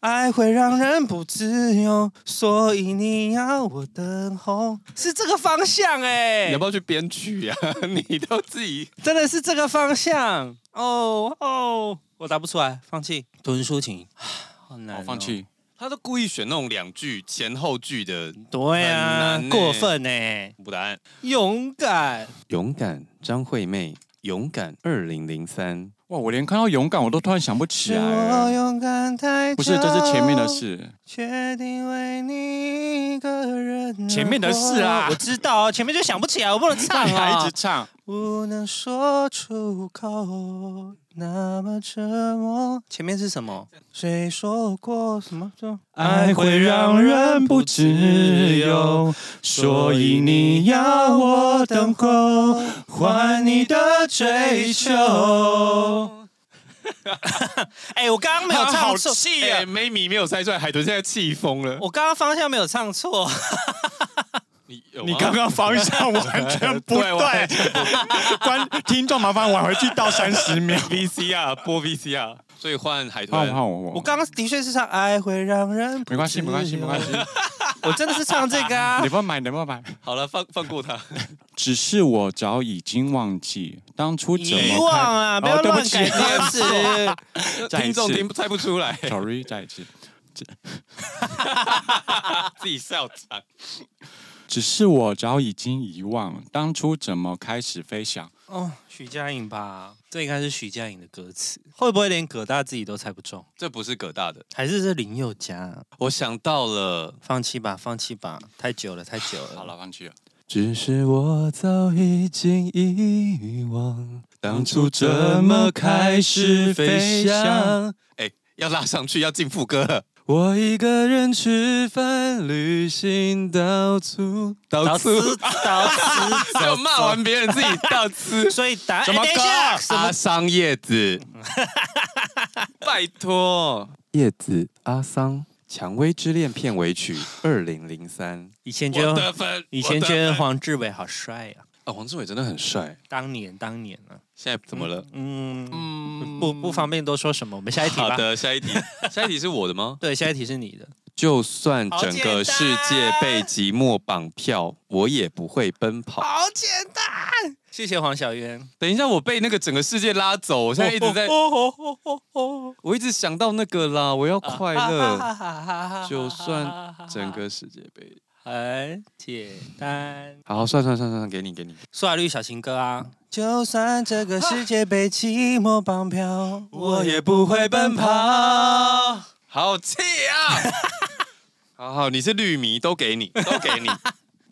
[SPEAKER 2] 爱会让人不自由，所以你要我等候，是这个方向哎、
[SPEAKER 3] 你要不要去编曲呀？ *laughs* 你都自己
[SPEAKER 2] 真的是这个方向哦哦，我答不出来，放弃。读抒情， *sighs* 好难、哦
[SPEAKER 1] 哦我放。弃。
[SPEAKER 3] 他都故意选那种两句前后句的
[SPEAKER 2] 对啊，
[SPEAKER 3] 很难欸
[SPEAKER 2] 过分哎、
[SPEAKER 3] 补答案。
[SPEAKER 2] 勇敢。
[SPEAKER 3] 勇敢，张惠妹，勇敢二零零三。
[SPEAKER 1] 哇，我连看到勇敢我都突然想不起来。
[SPEAKER 2] 勇敢太久
[SPEAKER 1] 不是，这是前面的事。
[SPEAKER 2] 决定为你一个人而活。
[SPEAKER 1] 前面的事啊
[SPEAKER 2] 我知道啊，前面就想不起来，我不能唱
[SPEAKER 1] *laughs* 你 *laughs* 还
[SPEAKER 2] 啊
[SPEAKER 1] 一直。唱，
[SPEAKER 2] 不能说出口，那么折磨。前面是什么？谁说过什么？就
[SPEAKER 1] 爱会让人不自由，所以你要我等候，换你的追求。
[SPEAKER 2] *laughs* 哎、我刚刚没有唱
[SPEAKER 1] *laughs*
[SPEAKER 2] 错，
[SPEAKER 1] 啊
[SPEAKER 2] 哎
[SPEAKER 3] 梅米没有猜出来，海豚现在气疯了。
[SPEAKER 2] 我刚刚方向没有唱错，
[SPEAKER 3] 哦你有吗
[SPEAKER 1] 你刚刚方向完全 *laughs* 不
[SPEAKER 3] 对完
[SPEAKER 1] *laughs* 对，观听众麻烦往回去倒三十秒。
[SPEAKER 3] VCR 播 VCR，所以换海
[SPEAKER 1] 换我
[SPEAKER 3] 豚。
[SPEAKER 1] 换我
[SPEAKER 2] 我刚刚的确是唱《爱会让人》，
[SPEAKER 1] 没关系没关系没关系，，
[SPEAKER 2] 我真的是唱这个啊
[SPEAKER 1] 你。不要买你不要买。
[SPEAKER 3] 好了，放放过他。
[SPEAKER 1] 只是我早已经忘记当初怎
[SPEAKER 2] 遗
[SPEAKER 1] 么
[SPEAKER 2] 忘
[SPEAKER 1] 开。
[SPEAKER 2] 啊，不
[SPEAKER 1] 哦
[SPEAKER 2] 要
[SPEAKER 1] 对不
[SPEAKER 2] 乱
[SPEAKER 1] 起
[SPEAKER 2] 改歌词。
[SPEAKER 1] 再一
[SPEAKER 3] 听
[SPEAKER 1] 次
[SPEAKER 3] 众听猜不出来， *laughs*
[SPEAKER 1] Sorry，再一次。
[SPEAKER 3] 自己笑场。
[SPEAKER 1] 只是我早已经遗忘当初怎么开始飞翔。
[SPEAKER 2] 哦，许佳颖吧，这应该是许佳颖的歌词，会不会连葛大自己都猜不中？
[SPEAKER 3] 这不是葛大的，
[SPEAKER 2] 还是是林宥嘉？
[SPEAKER 3] 我想到了。
[SPEAKER 2] 放弃吧，放弃吧，太久了，太久了。
[SPEAKER 1] 好，了，放弃了。
[SPEAKER 3] 只是我早已经遗忘
[SPEAKER 1] 当初怎么开始飞翔。
[SPEAKER 3] 哎，要拉上去，要进副歌了。
[SPEAKER 2] 我一个人
[SPEAKER 3] 吃饭、旅行、到处、
[SPEAKER 2] 导
[SPEAKER 3] 到
[SPEAKER 2] 师，导师，。
[SPEAKER 3] 就骂完别人自己到处 *laughs*
[SPEAKER 2] *laughs* 所以答案哎
[SPEAKER 3] 什么
[SPEAKER 2] 等一
[SPEAKER 3] 歌
[SPEAKER 2] 下
[SPEAKER 3] 啊？
[SPEAKER 2] 什么
[SPEAKER 3] 阿桑叶子， *laughs* 拜托，叶子阿桑。《蔷薇之恋》片尾曲，二零零三。
[SPEAKER 2] 以前觉
[SPEAKER 3] 我得
[SPEAKER 2] 得
[SPEAKER 3] 分，
[SPEAKER 2] 以前
[SPEAKER 3] 我得
[SPEAKER 2] 觉得
[SPEAKER 3] 分
[SPEAKER 2] 黄志伟好帅呀、啊，
[SPEAKER 3] 啊，黄志伟真的很帅。
[SPEAKER 2] 当年当年啊，
[SPEAKER 3] 现在怎么了？
[SPEAKER 2] 嗯
[SPEAKER 3] 嗯
[SPEAKER 2] 不不方便多说什么，我们下一题吧。
[SPEAKER 3] 好的，下一
[SPEAKER 2] *laughs*
[SPEAKER 3] 题，下一题是我的吗？
[SPEAKER 2] 对，下一题是你的。
[SPEAKER 3] 就算
[SPEAKER 2] 好
[SPEAKER 3] 整
[SPEAKER 2] 简
[SPEAKER 3] 个世界
[SPEAKER 2] 单
[SPEAKER 3] 被寂寞绑票，我也不会奔跑。
[SPEAKER 2] 好简单。谢谢黄小渊。哦
[SPEAKER 3] 等一下，我被那个整个世界拉走，我现在一直在，我一直想到那个啦，我要快
[SPEAKER 2] 啊
[SPEAKER 3] 乐。就算整个世界被……
[SPEAKER 2] *laughs* 很简单，
[SPEAKER 3] 好，算算算算，给你给你。
[SPEAKER 2] 苏打绿小情歌啊。就算这个世界被寂寞绑票， *laughs* 我也不会奔跑。
[SPEAKER 3] 好气啊！ *laughs* 好好，你是绿迷，都给你，都给你。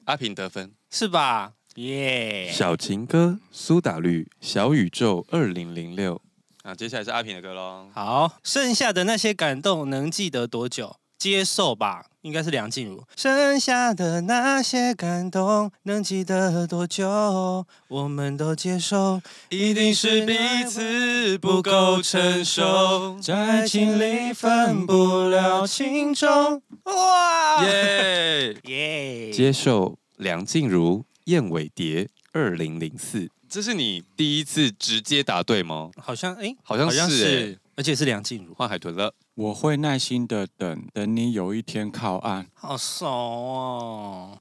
[SPEAKER 3] 阿平得分。
[SPEAKER 2] 是吧？耶、
[SPEAKER 3] 小情歌，苏打绿，小宇宙，二零零六。啊，接下来是阿平的歌喽。
[SPEAKER 2] 好，剩下的那些感动能记得多久？接受吧，应该是梁静茹。剩下的那些感动能记得多久？我们都接受，一定是彼此不够成熟，在情里分不了轻重。哇！
[SPEAKER 3] 耶！
[SPEAKER 2] 耶！
[SPEAKER 3] 接受梁静茹《燕尾蝶》二零零四，这是你第一次直接答对吗？
[SPEAKER 2] 好像哎，
[SPEAKER 3] 好像
[SPEAKER 2] 好像
[SPEAKER 3] 是
[SPEAKER 2] 是
[SPEAKER 3] 欸，
[SPEAKER 2] 而且是梁静茹，
[SPEAKER 3] 换海豚了，
[SPEAKER 1] 我会耐心的等，等你有一天靠岸。
[SPEAKER 2] 好熟哦。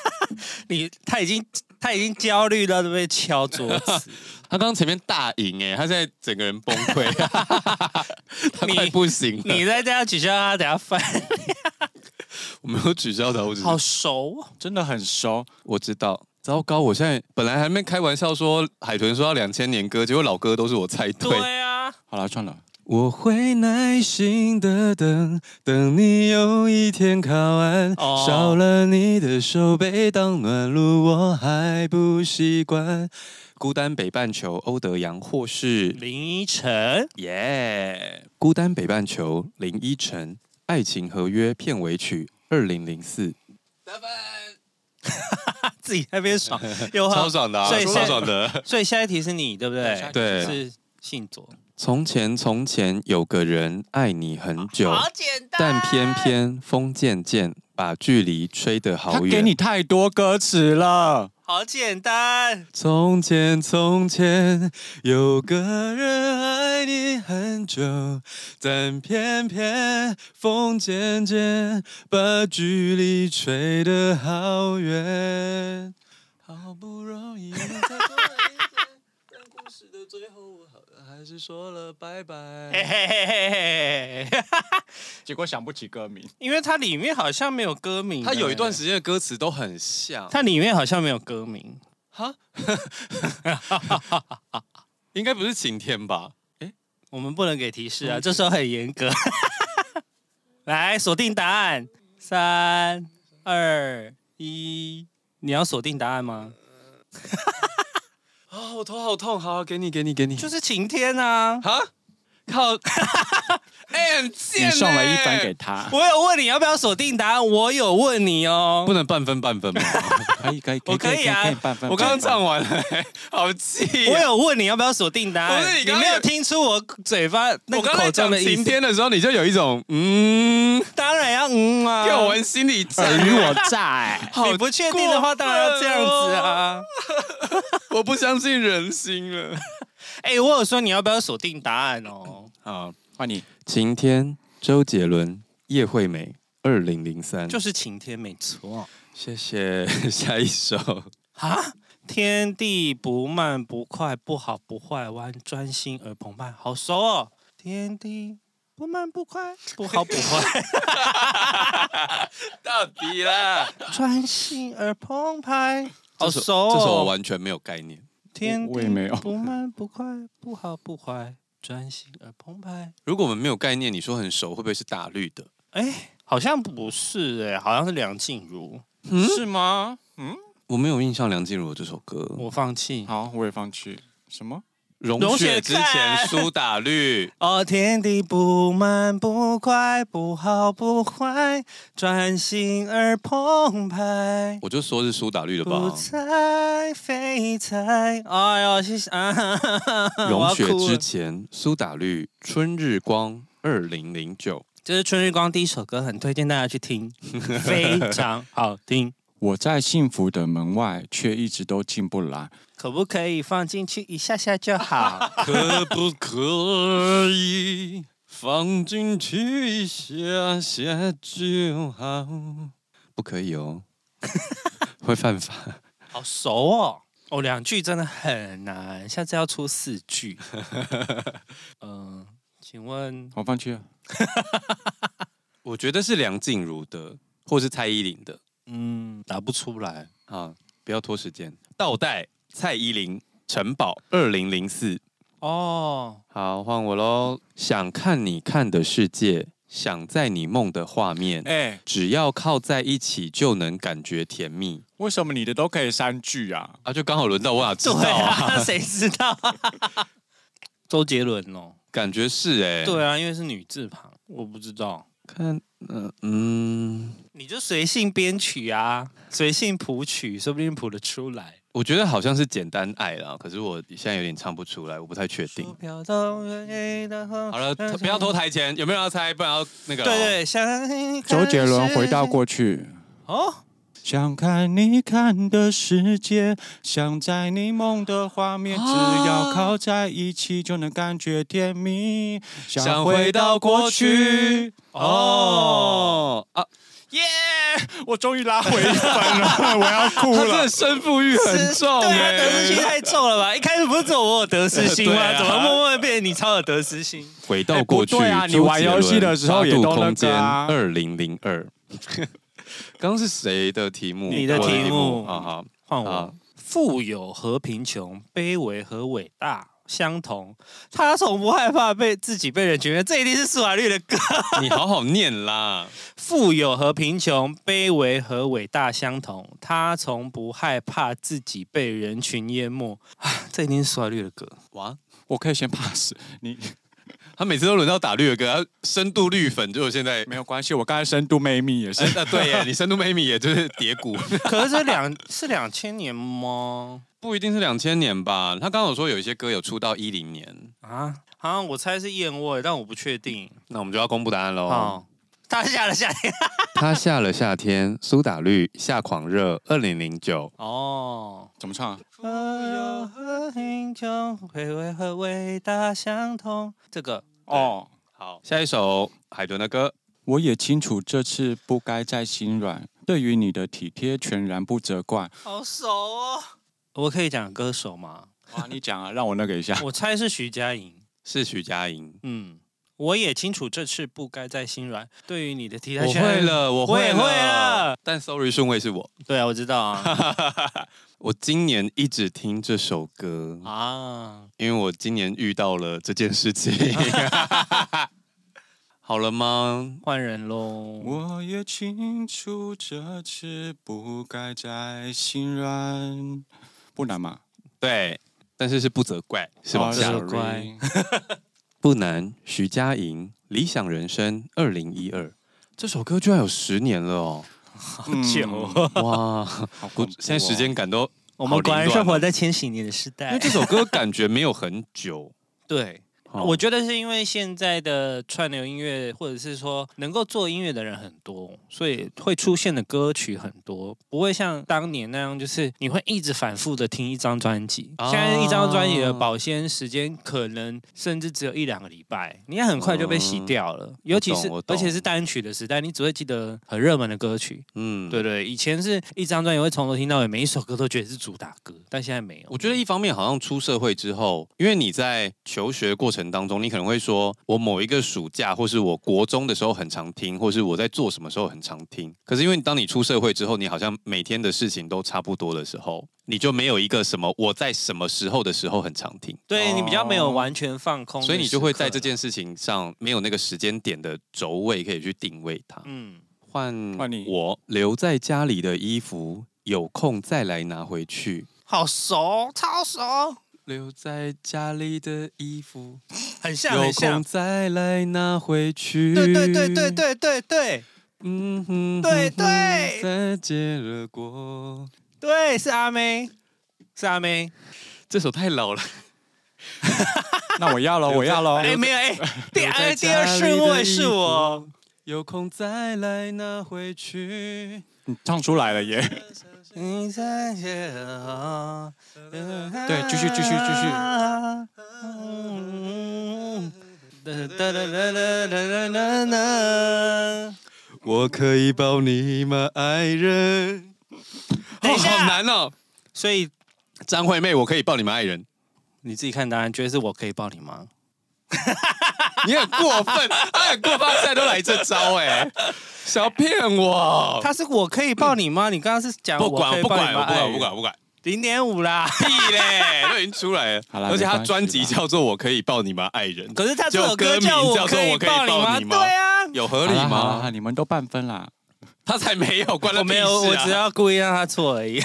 [SPEAKER 2] *laughs* 你他已经他已经焦虑到都被敲桌子。
[SPEAKER 3] *laughs* 他刚刚前面大赢哎，他现在整个人崩 *laughs* 溃，他快
[SPEAKER 2] 你
[SPEAKER 3] 不行了。
[SPEAKER 2] 你再这样取消他，等下翻。
[SPEAKER 3] 我没有取消的，我只是
[SPEAKER 2] 好熟哦，
[SPEAKER 1] 真的很熟，
[SPEAKER 3] 我知道。糟糕！我现在本来还没开玩笑说海豚说要两千年歌，结果老歌都是我猜对。
[SPEAKER 2] 啊，
[SPEAKER 1] 好了，算了，
[SPEAKER 3] 我会耐心的等，等你有一天靠岸。
[SPEAKER 2] 哦
[SPEAKER 3] 少了你的手背当暖炉，我还不习惯。孤单北半球，欧德阳或是
[SPEAKER 2] 林依晨
[SPEAKER 3] 耶。孤单北半球，林依晨，《爱情合约》片尾曲，二零零四。
[SPEAKER 2] 他自己在那
[SPEAKER 3] *laughs*
[SPEAKER 2] 边爽，有啊
[SPEAKER 3] 超爽的、啊，
[SPEAKER 2] 所以
[SPEAKER 3] 超
[SPEAKER 2] 现
[SPEAKER 3] 爽的。
[SPEAKER 2] 所以下一题是你对不哎
[SPEAKER 3] 对
[SPEAKER 2] 对？是信卓。
[SPEAKER 3] 从前从前有个人爱你很久，
[SPEAKER 2] 简单
[SPEAKER 3] 但偏偏风渐渐把距离吹得
[SPEAKER 1] 他
[SPEAKER 3] 好远。
[SPEAKER 1] 给你太多歌词了。
[SPEAKER 2] 好简单，
[SPEAKER 3] 从前，从前有个人爱你很久，但偏偏风渐渐把距离吹得好远。好不容易才多一天，但故事的最后，我好还是说了拜
[SPEAKER 2] 嘿
[SPEAKER 3] 拜。
[SPEAKER 2] 嘿嘿嘿嘿，
[SPEAKER 1] 哎
[SPEAKER 2] *laughs*
[SPEAKER 1] 结果想不起歌名，
[SPEAKER 2] 因为它里面好像没有歌名，
[SPEAKER 3] 他有一段，时间的歌词都很像，
[SPEAKER 2] 它里面好像没有歌名，
[SPEAKER 3] 应该不是晴天吧？
[SPEAKER 2] 我们不能给提示啊，这时候很严格。 *laughs* 来，锁定答案，三二一，你要锁定答案吗？
[SPEAKER 3] 啊、我头好痛，好，给你，给你，给你。
[SPEAKER 2] 就是晴天啊！
[SPEAKER 3] 啊，靠！哎、很贱、欸，
[SPEAKER 1] 你送了一番给，他，
[SPEAKER 2] 我有问你要不要锁定答案，我有问你哦
[SPEAKER 3] 不。能半分半分吗？
[SPEAKER 1] 可以可以可
[SPEAKER 2] 我
[SPEAKER 1] 以
[SPEAKER 2] 可以啊
[SPEAKER 1] 半
[SPEAKER 3] *laughs*
[SPEAKER 1] 分。
[SPEAKER 3] 我刚刚
[SPEAKER 1] 半分
[SPEAKER 3] 唱完了、好气
[SPEAKER 2] 我
[SPEAKER 3] 啊、
[SPEAKER 2] 有问你要不要锁定答
[SPEAKER 3] 不是
[SPEAKER 2] 案，
[SPEAKER 3] 你
[SPEAKER 2] 你
[SPEAKER 3] 刚刚
[SPEAKER 2] 没有
[SPEAKER 3] 有
[SPEAKER 2] 听出我嘴巴那
[SPEAKER 3] 我
[SPEAKER 2] 个
[SPEAKER 3] 刚才
[SPEAKER 2] 口中
[SPEAKER 3] 讲
[SPEAKER 2] 的意
[SPEAKER 3] 晴
[SPEAKER 2] 思？
[SPEAKER 3] 天的时候，你就有一种嗯，
[SPEAKER 2] 当然要嗯啊！
[SPEAKER 3] 给我玩心理战。
[SPEAKER 1] 尔虞我诈，哎
[SPEAKER 3] 好
[SPEAKER 2] 你不确定的话，
[SPEAKER 3] 过分
[SPEAKER 2] 当然要这样子
[SPEAKER 3] 哦
[SPEAKER 2] 啊！
[SPEAKER 3] 我不相信人心了。
[SPEAKER 2] 哎，我有说你要不要锁定答案哦？
[SPEAKER 1] 好，换你。
[SPEAKER 3] 晴天，周杰伦，叶惠美，二零零三。
[SPEAKER 2] 就是晴天，没错。
[SPEAKER 3] 谢谢， *laughs* 下一首。
[SPEAKER 2] 啊！天地不慢不快，不好不坏，弯专心而澎湃，好熟哦！天地不慢不快，不好不坏，
[SPEAKER 3] *laughs* 到底啦，
[SPEAKER 2] 专心而澎湃，好
[SPEAKER 3] 这首
[SPEAKER 2] 熟哦！
[SPEAKER 3] 这首我完全没有概念。
[SPEAKER 2] 天
[SPEAKER 1] 我
[SPEAKER 2] 地
[SPEAKER 1] 也没有
[SPEAKER 2] 不慢不快，不好不坏，专心而澎湃。
[SPEAKER 3] 如果我们没有概念，你说很熟，会不会是大绿的？
[SPEAKER 2] 哎，好像不是哎、好像是梁静茹，
[SPEAKER 3] 嗯
[SPEAKER 2] 是吗？
[SPEAKER 3] 我没有印象梁静茹有这首歌。
[SPEAKER 2] 我放弃。
[SPEAKER 1] 嗯好，我也放弃。什么？
[SPEAKER 3] 融
[SPEAKER 2] 容
[SPEAKER 3] 雪
[SPEAKER 2] 雪
[SPEAKER 3] 之前，
[SPEAKER 2] 看
[SPEAKER 3] 苏打绿。
[SPEAKER 2] 哦，天地不慢不快，不好不坏，专心而澎湃。
[SPEAKER 3] 我就说是苏打绿的
[SPEAKER 2] 不
[SPEAKER 3] 吧。
[SPEAKER 2] 猜非猜，哎呦，谢谢啊！我
[SPEAKER 3] 融
[SPEAKER 2] 要
[SPEAKER 3] 雪
[SPEAKER 2] 哭
[SPEAKER 3] 之
[SPEAKER 2] 了
[SPEAKER 3] 前，苏打绿，春日光，二零零九。
[SPEAKER 2] 这是春日光第一首歌，很推荐大家去 *laughs* 听，非常好听。
[SPEAKER 1] 我在幸福的门外，却一直都进不来。
[SPEAKER 2] 可不可以放进去一下下就好？
[SPEAKER 3] 可不可以放进去一下下就好？不可以 *laughs* 哦，会犯法。
[SPEAKER 2] *laughs* 好熟哦，哦，两句真的很难，下次要出四 *laughs* 句。嗯、请问
[SPEAKER 1] 我放弃了。
[SPEAKER 3] 我觉得是梁静茹的，或是蔡依林的
[SPEAKER 2] 嗯，答不出来。
[SPEAKER 3] 啊，不要拖时间。倒带蔡依林，城堡二零零四。
[SPEAKER 2] 哦，
[SPEAKER 3] 好，换我喽。想看你看的世界，想在你梦的画面，
[SPEAKER 1] 哎，
[SPEAKER 3] 只要靠在一起就能感觉甜蜜
[SPEAKER 1] 为什么你的都可以三句啊？
[SPEAKER 3] 啊！就刚好轮到我想知
[SPEAKER 2] 对
[SPEAKER 3] 道啊，
[SPEAKER 2] 啊，谁知道？ *laughs* 周杰伦哦，
[SPEAKER 3] 感觉是哎、
[SPEAKER 2] 对啊，因为是女字旁，我不知道。
[SPEAKER 3] 看，呃、嗯，
[SPEAKER 2] 你就随性编曲啊，随性谱曲，说不定谱得出来。
[SPEAKER 3] 我觉得好像是简单爱啦，可是我现在有点唱不出来，我不太确定。好
[SPEAKER 2] 好
[SPEAKER 3] 了，不要拖。台前，有没有人要猜？不然要那个、哦
[SPEAKER 2] 对，对，像
[SPEAKER 1] 周杰伦回到过去。
[SPEAKER 2] 哦，
[SPEAKER 1] 想看你看的世界，想在你梦的画面，只要靠在一起就能感觉甜蜜。
[SPEAKER 3] 想回到过去。哦
[SPEAKER 2] 哦
[SPEAKER 3] 啊，
[SPEAKER 2] 耶，
[SPEAKER 1] 我终于拉回一分了，我要哭
[SPEAKER 3] 他真的。胜负欲很重
[SPEAKER 2] 对啊，
[SPEAKER 3] 哎、
[SPEAKER 2] 得失心太重了吧？一开始不是只有我有得失心 *laughs*
[SPEAKER 3] 对
[SPEAKER 2] 吗？
[SPEAKER 3] 啊
[SPEAKER 2] 怎么默默地变成你超有得失心？
[SPEAKER 3] 回到过去，
[SPEAKER 1] 哎不对啊你玩游戏的时候也都那个啊
[SPEAKER 3] 二零零二。 *laughs* 刚刚是谁的题目？
[SPEAKER 2] 你的
[SPEAKER 3] 我
[SPEAKER 2] 题目
[SPEAKER 3] 啊哈，
[SPEAKER 2] 换
[SPEAKER 3] 好 *laughs*
[SPEAKER 2] 我，富有和贫穷，卑微和伟大相同。他从不害怕被自己被人取悦，这一定是苏打绿的歌。 *laughs*
[SPEAKER 3] 你好好念啦。
[SPEAKER 2] 富有和贫穷，卑微和伟大相同。他从不害怕自己被人群淹没。啊，这一定是苏打绿的歌。
[SPEAKER 3] 哇，
[SPEAKER 1] 我可以先 pass 你，
[SPEAKER 3] 他每次都轮到打绿的歌，他深度绿粉，就是现在。
[SPEAKER 1] 没有关系。我刚才深度妹蜜也是
[SPEAKER 3] 哎，啊，对 *laughs* 耶，你深度妹咪也就是叠骨， *laughs*
[SPEAKER 2] 可是这两是两千年吗？
[SPEAKER 3] 不一定是两千年吧？他刚刚有说有一些歌有出到一零年，
[SPEAKER 2] 啊，好、像我猜是燕窝，但我不确定。
[SPEAKER 3] 那我们就要公布答案喽。
[SPEAKER 2] 哦，他下了夏天。
[SPEAKER 3] 他下了夏天，苏打绿夏狂热，二零零九。
[SPEAKER 2] 哦。
[SPEAKER 1] 怎么唱啊？
[SPEAKER 2] 富有和贫穷，卑微和伟大相同。这个
[SPEAKER 1] 哦，
[SPEAKER 3] 好，下一首海豚的歌，
[SPEAKER 1] 我也清楚这次不该再心软，对于你的体贴全然不责怪。
[SPEAKER 2] 好熟哦。我可以讲歌手吗？
[SPEAKER 1] 哇，你讲啊，让我那个一下。
[SPEAKER 2] 我猜是徐佳莹。
[SPEAKER 3] 是徐佳莹。
[SPEAKER 2] 嗯，我也清楚这次不该再心软。对于你的替代，
[SPEAKER 3] 我会。了，我会
[SPEAKER 2] 也会了
[SPEAKER 3] 但 sorry 顺位是我。
[SPEAKER 2] 对啊，我知道 *laughs* 啊。
[SPEAKER 3] 我今年一直听这首歌，
[SPEAKER 2] 啊，
[SPEAKER 3] 因为我今年遇到了这件事 *laughs* 情。好了吗？
[SPEAKER 2] 换人喽。
[SPEAKER 1] 我也清楚这次不该再心软，不难嘛？
[SPEAKER 3] 对，但是是不责怪，是吧？
[SPEAKER 1] 哦
[SPEAKER 2] 这是
[SPEAKER 1] sorry *laughs*
[SPEAKER 2] 乖
[SPEAKER 3] 不难，徐佳莹《理想人生》二零一二。这首歌居然有十年了
[SPEAKER 1] *laughs*
[SPEAKER 3] 哦！
[SPEAKER 1] 嗯
[SPEAKER 2] 九，
[SPEAKER 3] 哇，
[SPEAKER 1] 好恐
[SPEAKER 3] 我
[SPEAKER 1] 怖哦
[SPEAKER 3] 现在时间感都，
[SPEAKER 2] 我们果然
[SPEAKER 3] 好凌乱
[SPEAKER 2] 是
[SPEAKER 3] 哦
[SPEAKER 2] 活在千禧年的时
[SPEAKER 3] 因为
[SPEAKER 2] 代
[SPEAKER 1] *laughs*
[SPEAKER 3] 这。首歌感觉没有很久，
[SPEAKER 2] 对，
[SPEAKER 3] 哦
[SPEAKER 2] 我觉得是因为现在的串流音乐，或者是说能够做音乐的人很多，所以会出现的歌曲很多，不会像当年那样，就是你会一直反复的听一张专辑。
[SPEAKER 3] 哦
[SPEAKER 2] 现在一张专辑的保鲜时间可能甚至只有一两个礼拜，你也很快就被洗掉了。尤其是
[SPEAKER 3] 嗯我懂
[SPEAKER 2] 而且是单曲的时代，你只会记得很热门的歌曲。
[SPEAKER 3] 嗯，
[SPEAKER 2] 对对，以前是一张专辑会从头听到尾，每一首歌都觉得是主打歌，但现在没有。
[SPEAKER 3] 我觉得一方面好像出社会之后，因为你在求学过程当中，你可能会说，我某一个暑假，或是我国中的时候很常听，或是我在做什么时候很常听。可是因为当你出社会之后，你好像每天的事情都差不多的时候，你就没有一个什么我在什么时候的时候很常听，
[SPEAKER 2] 对你比较没有
[SPEAKER 4] 哦
[SPEAKER 2] 完全放空的时刻啊
[SPEAKER 3] 所
[SPEAKER 2] 啦，
[SPEAKER 3] 以你就会在这件事情上没有那个时间点的轴位可以去定位它。
[SPEAKER 2] 嗯，
[SPEAKER 3] 换
[SPEAKER 1] 换你
[SPEAKER 3] 我留在家里的衣服，有空再来拿回去。
[SPEAKER 2] 好熟，超熟，
[SPEAKER 3] 留在家里的衣服。
[SPEAKER 2] 很像很像，
[SPEAKER 3] 再来拿回去
[SPEAKER 2] 对对对对，对对对
[SPEAKER 3] 嗯哼
[SPEAKER 2] 对对
[SPEAKER 3] 再见了过。
[SPEAKER 2] 对，是阿妹，是阿妹，
[SPEAKER 3] 这首太老了，
[SPEAKER 1] 那我
[SPEAKER 2] *laughs*
[SPEAKER 1] 要喽，我要喽。
[SPEAKER 2] 哎没有哎，第
[SPEAKER 3] 留
[SPEAKER 2] 二
[SPEAKER 3] 在
[SPEAKER 2] 第二
[SPEAKER 3] 家里
[SPEAKER 2] 顺
[SPEAKER 3] 的
[SPEAKER 2] 位
[SPEAKER 3] 衣
[SPEAKER 2] 是
[SPEAKER 3] 服
[SPEAKER 2] 我，
[SPEAKER 3] 有空再来拿回去。
[SPEAKER 1] 你 *laughs* 唱出来
[SPEAKER 2] *laughs*
[SPEAKER 1] 了耶！
[SPEAKER 2] 你在这儿
[SPEAKER 1] 对继续继续继续
[SPEAKER 2] 嗯哒哒哒哒哒哒哒哒
[SPEAKER 3] 我可以抱你吗，爱人？
[SPEAKER 2] 嗯等一下
[SPEAKER 3] 好难哦。
[SPEAKER 2] 所以
[SPEAKER 3] 张惠妹，我可以抱你们爱人？
[SPEAKER 2] 你自己看答案，觉得是我可以抱你吗？
[SPEAKER 3] 你很过分，他很过分，现在都来这招哎、想要骗我？
[SPEAKER 2] 他是我可以抱你
[SPEAKER 3] *laughs*
[SPEAKER 2] 吗？你刚刚是讲
[SPEAKER 3] 不管
[SPEAKER 2] 我可以
[SPEAKER 3] 不
[SPEAKER 2] 抱
[SPEAKER 3] 管
[SPEAKER 2] 你吗哎
[SPEAKER 3] 我不管我不，管我不管。
[SPEAKER 2] 零点五啦。
[SPEAKER 3] 屁嘞，
[SPEAKER 2] *laughs*
[SPEAKER 3] 都已经出来了。
[SPEAKER 1] 好啦
[SPEAKER 3] 而且
[SPEAKER 1] 没
[SPEAKER 3] 他
[SPEAKER 1] 关系
[SPEAKER 3] 专辑
[SPEAKER 1] 啦
[SPEAKER 3] 叫做《我可以抱你吗，爱人》，
[SPEAKER 2] 可是他这首
[SPEAKER 3] 就歌
[SPEAKER 2] 歌
[SPEAKER 3] 名
[SPEAKER 2] 叫我
[SPEAKER 3] 叫做
[SPEAKER 2] 可
[SPEAKER 3] 我
[SPEAKER 2] 以
[SPEAKER 3] 可以抱
[SPEAKER 2] 抱
[SPEAKER 3] 你
[SPEAKER 2] 你
[SPEAKER 3] 吗
[SPEAKER 2] 吗？对啊，
[SPEAKER 3] 有合
[SPEAKER 1] 合
[SPEAKER 3] 理
[SPEAKER 1] 好啦
[SPEAKER 3] 吗？
[SPEAKER 1] 你们都半分啦。
[SPEAKER 3] 他才没有，关他
[SPEAKER 2] 哦我没有，
[SPEAKER 3] 屁
[SPEAKER 2] 我
[SPEAKER 3] 事啊
[SPEAKER 2] 只要故意让他错而已。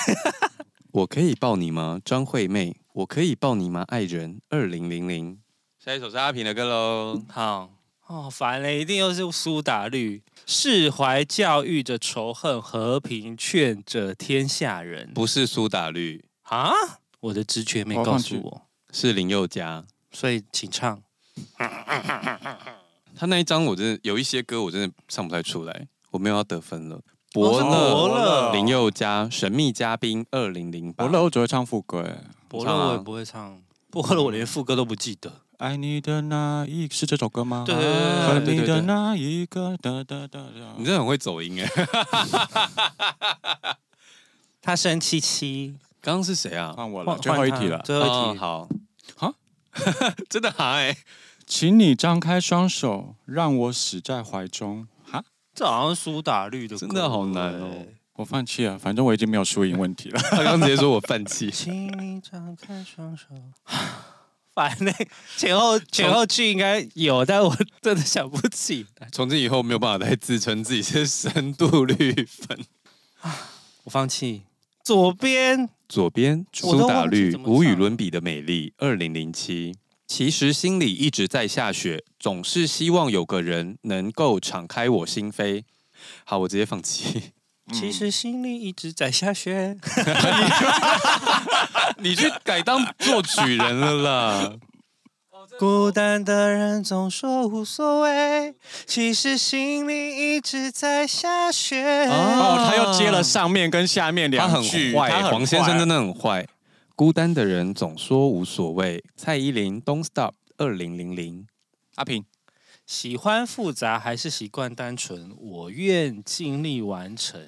[SPEAKER 3] 我可以抱你吗，张惠妹？我可以抱你吗，爱人？二零零零。下一首是阿平的歌喽。
[SPEAKER 2] 好，哦，烦了，一定又是苏打绿。释怀教育着仇恨，和平劝着天下人。
[SPEAKER 3] 不是苏打绿，
[SPEAKER 2] 啊，我的直觉没
[SPEAKER 1] 我
[SPEAKER 2] 告
[SPEAKER 1] 放
[SPEAKER 2] 诉
[SPEAKER 1] 弃
[SPEAKER 2] 我，
[SPEAKER 3] 是林宥嘉。
[SPEAKER 2] 所以请唱。
[SPEAKER 3] 他那一张我真的有一些歌我真的唱不太出来，我没有要得分了。
[SPEAKER 2] 哦
[SPEAKER 3] 伯
[SPEAKER 2] 是伯
[SPEAKER 3] 乐、
[SPEAKER 2] 乐，
[SPEAKER 3] 林宥嘉、神秘嘉宾二零零八。
[SPEAKER 1] 伯乐，我只会唱副歌哎耶。
[SPEAKER 2] 伯
[SPEAKER 3] 唱啊
[SPEAKER 2] 乐我也不会唱，伯乐我连副歌都不记得。
[SPEAKER 1] 爱你的那一是这首歌吗？
[SPEAKER 2] 对
[SPEAKER 1] 和
[SPEAKER 2] 对对
[SPEAKER 1] 你
[SPEAKER 2] 对
[SPEAKER 1] 的
[SPEAKER 2] 对对，
[SPEAKER 1] 那一个，哒哒哒哒
[SPEAKER 3] 你。真的很会走音哎。
[SPEAKER 2] 他生气气，
[SPEAKER 3] *laughs* 刚刚是谁啊？
[SPEAKER 1] 换我了，
[SPEAKER 2] 换
[SPEAKER 1] 最后一题了
[SPEAKER 2] 换他。最后一
[SPEAKER 3] 哦
[SPEAKER 2] 题。
[SPEAKER 3] 好，
[SPEAKER 1] 哈，
[SPEAKER 3] *laughs* 真的哈哎、
[SPEAKER 1] 请你张开双手，让我死在怀中。哈，
[SPEAKER 2] 这好像苏打绿的歌，，
[SPEAKER 3] 真的好难哦。
[SPEAKER 1] 我放弃了，反正我已经没有输赢问题了。
[SPEAKER 3] *laughs* 他刚直接说我犯气
[SPEAKER 2] 请你张开双手。 *laughs* 反正前后前后句应该有，但我真的想不起来。
[SPEAKER 3] *laughs* 从今以后没有办法再自称自己是深度绿粉。
[SPEAKER 2] 我放弃。左边
[SPEAKER 3] 左边
[SPEAKER 2] 我都
[SPEAKER 3] 苏打
[SPEAKER 2] 忘记
[SPEAKER 3] 绿
[SPEAKER 2] 怎么
[SPEAKER 3] 无与
[SPEAKER 2] 唱
[SPEAKER 3] 伦比的美丽，二零零七。其实心里一直在下雪，总是希望有个人能够敞开我心扉。好，我直接放弃。
[SPEAKER 2] 其实心里一直在下雪。
[SPEAKER 3] *laughs*
[SPEAKER 2] *laughs*
[SPEAKER 3] 你去改当作曲人了啦！
[SPEAKER 2] 孤单的人总说无所谓，其实心里一直在下雪。
[SPEAKER 3] 哦
[SPEAKER 1] 哦，他又接了上面跟下面
[SPEAKER 3] 他
[SPEAKER 1] 两
[SPEAKER 3] 很
[SPEAKER 1] 句，
[SPEAKER 3] 坏，
[SPEAKER 1] 他很
[SPEAKER 3] 黄先生真
[SPEAKER 1] 的
[SPEAKER 3] 的很坏。孤单的人总说无所谓。蔡依林，Don't Stop，二零零零。
[SPEAKER 1] 阿平，
[SPEAKER 2] 喜欢复杂还是习惯单纯？我愿尽力完成。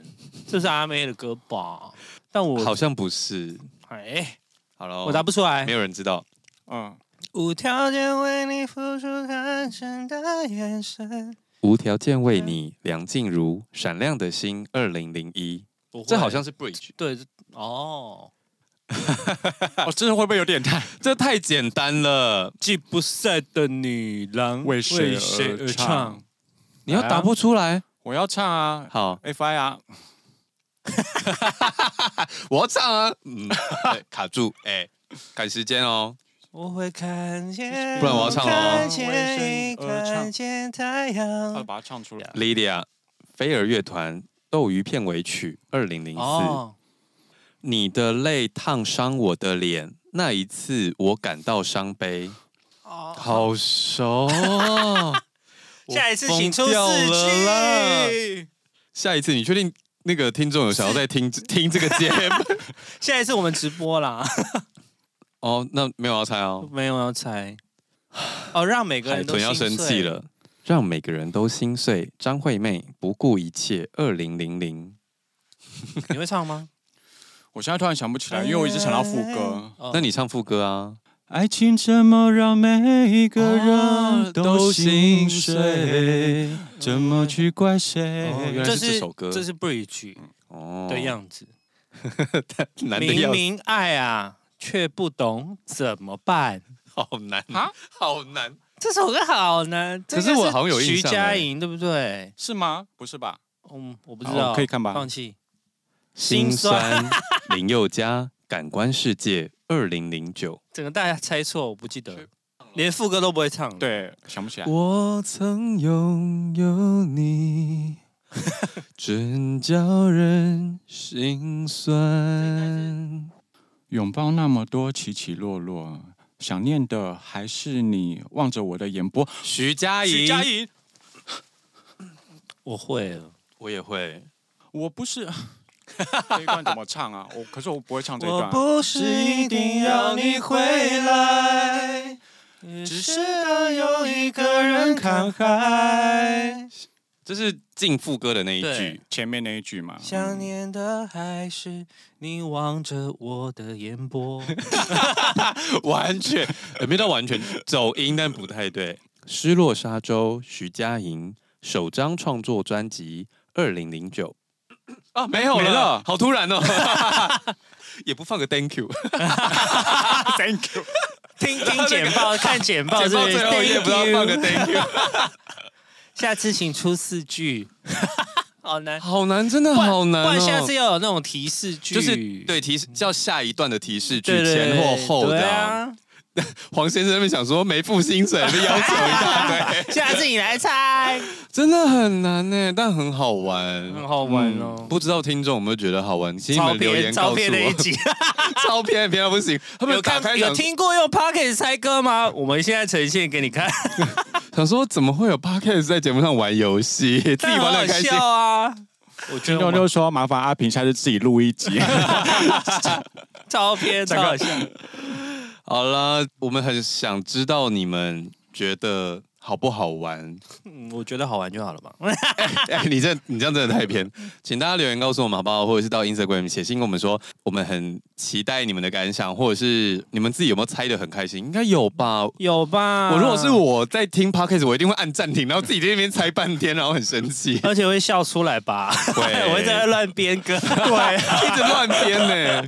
[SPEAKER 2] 这是阿妹的歌吧？但我
[SPEAKER 3] 好像不是。
[SPEAKER 2] 哎，
[SPEAKER 3] 好了，
[SPEAKER 2] 我答不出来
[SPEAKER 3] 没。有人知道。
[SPEAKER 1] 嗯，
[SPEAKER 2] 无条件为你付出单纯的眼神。
[SPEAKER 3] 无条件为你，梁静茹，《闪亮的心》二零零一，
[SPEAKER 2] 不会
[SPEAKER 3] 这好像是 Bridge，
[SPEAKER 2] 对这哦，
[SPEAKER 1] 哦，真的会不会有点太？
[SPEAKER 3] 这太简单了。
[SPEAKER 2] 既不散的女郎
[SPEAKER 1] *laughs* 为谁而
[SPEAKER 2] 而
[SPEAKER 1] 唱
[SPEAKER 2] 唱？
[SPEAKER 3] 你要
[SPEAKER 2] 来啊
[SPEAKER 3] 答不出来，
[SPEAKER 1] 我要唱啊
[SPEAKER 3] 好，
[SPEAKER 1] ，FI 啊，
[SPEAKER 3] *laughs* 我要唱啊。嗯，对卡住，哎，赶时间哦。
[SPEAKER 2] 我会看见，
[SPEAKER 3] 不然我要唱了哦
[SPEAKER 2] 看见
[SPEAKER 1] 为谁而唱
[SPEAKER 2] 看见太
[SPEAKER 1] 要
[SPEAKER 2] 阳。
[SPEAKER 1] 把它唱出来。
[SPEAKER 3] Lydia，飞儿乐团《斗鱼片尾曲》二零零四，
[SPEAKER 2] 哦，
[SPEAKER 3] 你的泪烫伤我的脸，那一次我感到伤悲。
[SPEAKER 2] 哦，
[SPEAKER 3] 好熟哦、
[SPEAKER 2] *laughs* 下一次请出
[SPEAKER 3] 我疯掉了
[SPEAKER 2] 四
[SPEAKER 3] 啦
[SPEAKER 2] 句。
[SPEAKER 3] 下一次你确定那个听众有想要再听 *laughs* 听这个节
[SPEAKER 2] *laughs*
[SPEAKER 3] 目？
[SPEAKER 2] 下一次我们直播啦， *laughs*
[SPEAKER 3] 哦，那没有要猜哦，
[SPEAKER 2] 没有要猜。哦，让每个
[SPEAKER 3] 海
[SPEAKER 2] 人都
[SPEAKER 3] 豚要
[SPEAKER 2] 心
[SPEAKER 3] 生
[SPEAKER 2] 碎
[SPEAKER 3] 气。了，让每个人都心碎。张惠妹不顾一切，二零零零。
[SPEAKER 2] 你会唱吗？
[SPEAKER 1] 我现在突然想不起来，因为我一直想到副歌。
[SPEAKER 2] 哦
[SPEAKER 3] 那你唱副歌啊？
[SPEAKER 1] 爱情怎么让每个人哦都心碎？怎么去怪
[SPEAKER 3] *laughs*
[SPEAKER 1] 谁？
[SPEAKER 3] 哦原来
[SPEAKER 2] 这
[SPEAKER 3] 是这首歌
[SPEAKER 2] 这是 bridge
[SPEAKER 3] 哦
[SPEAKER 2] 的样子。
[SPEAKER 3] 难的
[SPEAKER 2] 明
[SPEAKER 3] 要死，
[SPEAKER 2] 明爱啊，却不懂怎么办。
[SPEAKER 3] 好难
[SPEAKER 1] 啊，
[SPEAKER 3] 好难。
[SPEAKER 2] 这首歌好难，
[SPEAKER 3] 可是
[SPEAKER 2] 这个
[SPEAKER 3] 我好有印象
[SPEAKER 2] 徐佳
[SPEAKER 3] 欸
[SPEAKER 2] 莹对不对？
[SPEAKER 1] 是吗？不是吧？
[SPEAKER 2] 嗯，我不知
[SPEAKER 1] 好
[SPEAKER 2] 道，
[SPEAKER 1] 可以看吧
[SPEAKER 2] 放弃。
[SPEAKER 3] 心
[SPEAKER 2] 心酸
[SPEAKER 3] 酸，林宥嘉，感官世界，二零零九。
[SPEAKER 2] 整个大家猜错，我不记得，连副歌都不会唱。，
[SPEAKER 1] 对，想不起来。
[SPEAKER 3] 我曾拥有 *laughs* 你，真叫人心酸。
[SPEAKER 1] 拥抱那么多起起落落，想念的还是你望着我的眼波。
[SPEAKER 3] 徐佳莹，
[SPEAKER 1] 徐佳，莹，
[SPEAKER 2] 我会了。
[SPEAKER 3] 我也会。
[SPEAKER 1] 我不是 *laughs* 这一段怎么唱啊？我可是我不会唱这一段啊、
[SPEAKER 2] 不
[SPEAKER 1] 是一定要你回来，
[SPEAKER 2] 只
[SPEAKER 1] 当有一
[SPEAKER 3] *laughs*
[SPEAKER 1] 个人看海。
[SPEAKER 3] 这是进副歌的那一句
[SPEAKER 2] 对，
[SPEAKER 1] 前面那一句嘛，
[SPEAKER 2] 想念的还是你望着我的眼波。
[SPEAKER 3] *laughs* 完全也没到完全走音，但不太对。《失落沙洲》徐佳莹首张创作专辑二零零九啊，没有
[SPEAKER 1] 没
[SPEAKER 3] 了
[SPEAKER 1] 了，
[SPEAKER 3] 好突 *laughs* 然哦，也不放个 Thank you，
[SPEAKER 1] Thank you。
[SPEAKER 2] *laughs* 听 *laughs* 听简报，看 *laughs* 简报
[SPEAKER 3] 简
[SPEAKER 2] 是
[SPEAKER 3] 报
[SPEAKER 2] 不是
[SPEAKER 3] 最后一页
[SPEAKER 2] Thank
[SPEAKER 3] 不要放个
[SPEAKER 2] you
[SPEAKER 3] Thank you，
[SPEAKER 2] *laughs* 下次请出四句， *laughs* 好
[SPEAKER 3] *laughs*
[SPEAKER 2] 难，
[SPEAKER 3] 好难，真的好难
[SPEAKER 2] 不然下次
[SPEAKER 3] 哦。
[SPEAKER 2] 要有那种提示句，
[SPEAKER 3] 就是对提示叫下一段的提示句
[SPEAKER 2] 对对
[SPEAKER 3] 前或
[SPEAKER 2] 对
[SPEAKER 3] 后
[SPEAKER 2] 对
[SPEAKER 3] 的、
[SPEAKER 2] 啊。
[SPEAKER 3] 黄先生那边想说没付薪水，被要求一大堆，
[SPEAKER 2] 啊下次你来 *laughs* 猜，
[SPEAKER 3] *laughs* 真的很难呢，但很好玩，
[SPEAKER 2] 很好玩哦。
[SPEAKER 3] 不知道听众有没有觉得好玩？请你
[SPEAKER 2] 超
[SPEAKER 3] 们留
[SPEAKER 2] 偏
[SPEAKER 3] 言告
[SPEAKER 2] 超
[SPEAKER 3] 诉
[SPEAKER 2] 偏的一
[SPEAKER 3] 我。 *laughs*
[SPEAKER 2] 集，
[SPEAKER 3] 超偏偏到不行，他们
[SPEAKER 2] *laughs* 有
[SPEAKER 3] 打开
[SPEAKER 2] 看
[SPEAKER 3] 想
[SPEAKER 2] 有听过用 Pocket 猜歌吗？我们现在呈现给你看，
[SPEAKER 3] 想说怎么会有 podcast 在节目上玩游
[SPEAKER 2] *laughs*
[SPEAKER 3] 戏，自己
[SPEAKER 2] 但
[SPEAKER 3] 玩
[SPEAKER 2] 很
[SPEAKER 3] 的
[SPEAKER 2] 好
[SPEAKER 3] 很开心。
[SPEAKER 2] 笑啊！我觉
[SPEAKER 1] 听
[SPEAKER 2] 得我
[SPEAKER 1] 众
[SPEAKER 2] 们
[SPEAKER 1] 就说麻烦阿平下次自己录
[SPEAKER 2] *laughs*
[SPEAKER 1] 一集。
[SPEAKER 2] 超偏超好笑。
[SPEAKER 3] 好啦，我们很想知道你们觉得好不好玩？ *laughs*
[SPEAKER 2] 嗯我觉得好玩就好了吧。
[SPEAKER 3] 哎，你这你这样真的太偏，请大家留言告诉我们好不好？或者是到 Instagram 写信跟我们说，我们很期待你们的感想，或者是你们自己有没有猜的很开心？应该有吧。
[SPEAKER 2] 有吧？，
[SPEAKER 3] 我如果是，我在听 podcast，我一定会按暂停，然后自己在那边猜半天，然后很生气
[SPEAKER 2] 而且会笑出来吧？
[SPEAKER 3] 会
[SPEAKER 2] *laughs* 我会在那乱编歌。对，
[SPEAKER 3] 一直乱编呢。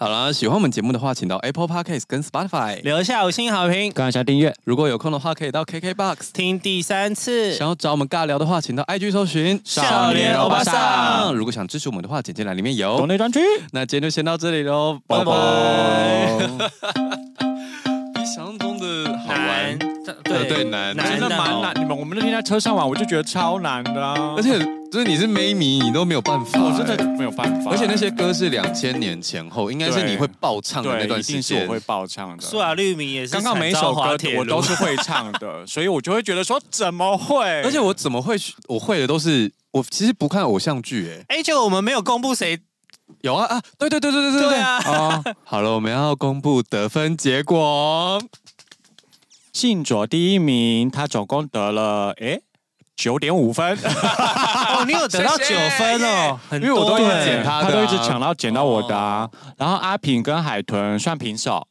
[SPEAKER 3] 好啦，喜欢我们节目的话，请到 Apple Podcast 跟 Spotify。
[SPEAKER 2] *laughs* 留下五星好评，
[SPEAKER 1] 看一下订阅，
[SPEAKER 3] 如果有空的话，可以到 KKBox。
[SPEAKER 2] 听第三次。
[SPEAKER 3] 想要找我们尬聊的话，请到 IG 搜寻
[SPEAKER 2] 少年欧巴桑
[SPEAKER 3] 如果想支持我们的话，简介栏里面
[SPEAKER 1] 懂
[SPEAKER 3] 有。
[SPEAKER 1] 内专区，
[SPEAKER 3] 那今天就先到这里喽，拜拜。
[SPEAKER 1] 拜。
[SPEAKER 3] 比想象中的好
[SPEAKER 2] 难
[SPEAKER 3] 玩，，
[SPEAKER 2] 对
[SPEAKER 3] 对难
[SPEAKER 1] 真
[SPEAKER 2] 难
[SPEAKER 1] 的蛮
[SPEAKER 2] 哦
[SPEAKER 1] 难。你们我们那天在车上玩，我就觉得超难的啊，
[SPEAKER 3] 而且就是你是没迷，你都没有办法。
[SPEAKER 1] 哦我真的
[SPEAKER 3] 欸，
[SPEAKER 1] 没有办法。
[SPEAKER 3] 而且那些歌是两千年前后，应该是
[SPEAKER 1] 对
[SPEAKER 3] 你会爆唱的那
[SPEAKER 1] 对，
[SPEAKER 3] 段
[SPEAKER 1] 一
[SPEAKER 3] 时
[SPEAKER 1] 定是我
[SPEAKER 3] 间。
[SPEAKER 1] 会爆唱的。
[SPEAKER 2] 苏打绿迷也是
[SPEAKER 1] 刚刚每一首歌我都是啊会唱 *laughs* 的，所以我就会觉得说怎么会？
[SPEAKER 3] 而且我怎么会去？我会的都是我其实不看偶像剧，哎，
[SPEAKER 2] 哎，诶结果我们没有公布谁
[SPEAKER 3] 有啊啊，对对对对对对
[SPEAKER 2] 对啊
[SPEAKER 3] 啊！好了，我们要公布得分结果。哦
[SPEAKER 1] 信卓第一名，他总共得了诶九点五分，
[SPEAKER 2] 哦，你有得到
[SPEAKER 3] 谢
[SPEAKER 2] 九
[SPEAKER 3] 谢
[SPEAKER 2] 分哦，很
[SPEAKER 3] 因为我都
[SPEAKER 2] 多
[SPEAKER 3] 一直
[SPEAKER 2] 耶
[SPEAKER 3] 剪他的啊
[SPEAKER 1] 哎他都一直抢到捡到我的啊。然后阿平跟海豚算平手，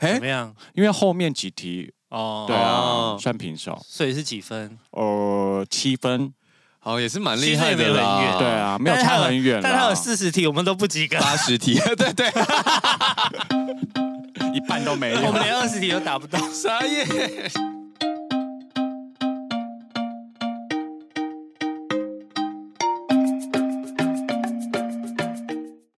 [SPEAKER 3] 哎
[SPEAKER 2] 怎么样？
[SPEAKER 1] 因为后面几题
[SPEAKER 2] 哦，
[SPEAKER 1] 对啊
[SPEAKER 3] 哦
[SPEAKER 1] 算平手，
[SPEAKER 2] 所以是几分？
[SPEAKER 1] 呃七分，
[SPEAKER 3] 好，也是蛮厉害的
[SPEAKER 2] 其实也没有很
[SPEAKER 3] 啦。
[SPEAKER 2] 远
[SPEAKER 1] 对，啊，没有差很远啦，
[SPEAKER 2] 但他有四十题，我们都不及格，
[SPEAKER 3] 八十题， *laughs* 对对，
[SPEAKER 1] 一半都没有
[SPEAKER 2] 我。们连二十题都达不到。
[SPEAKER 3] 傻眼。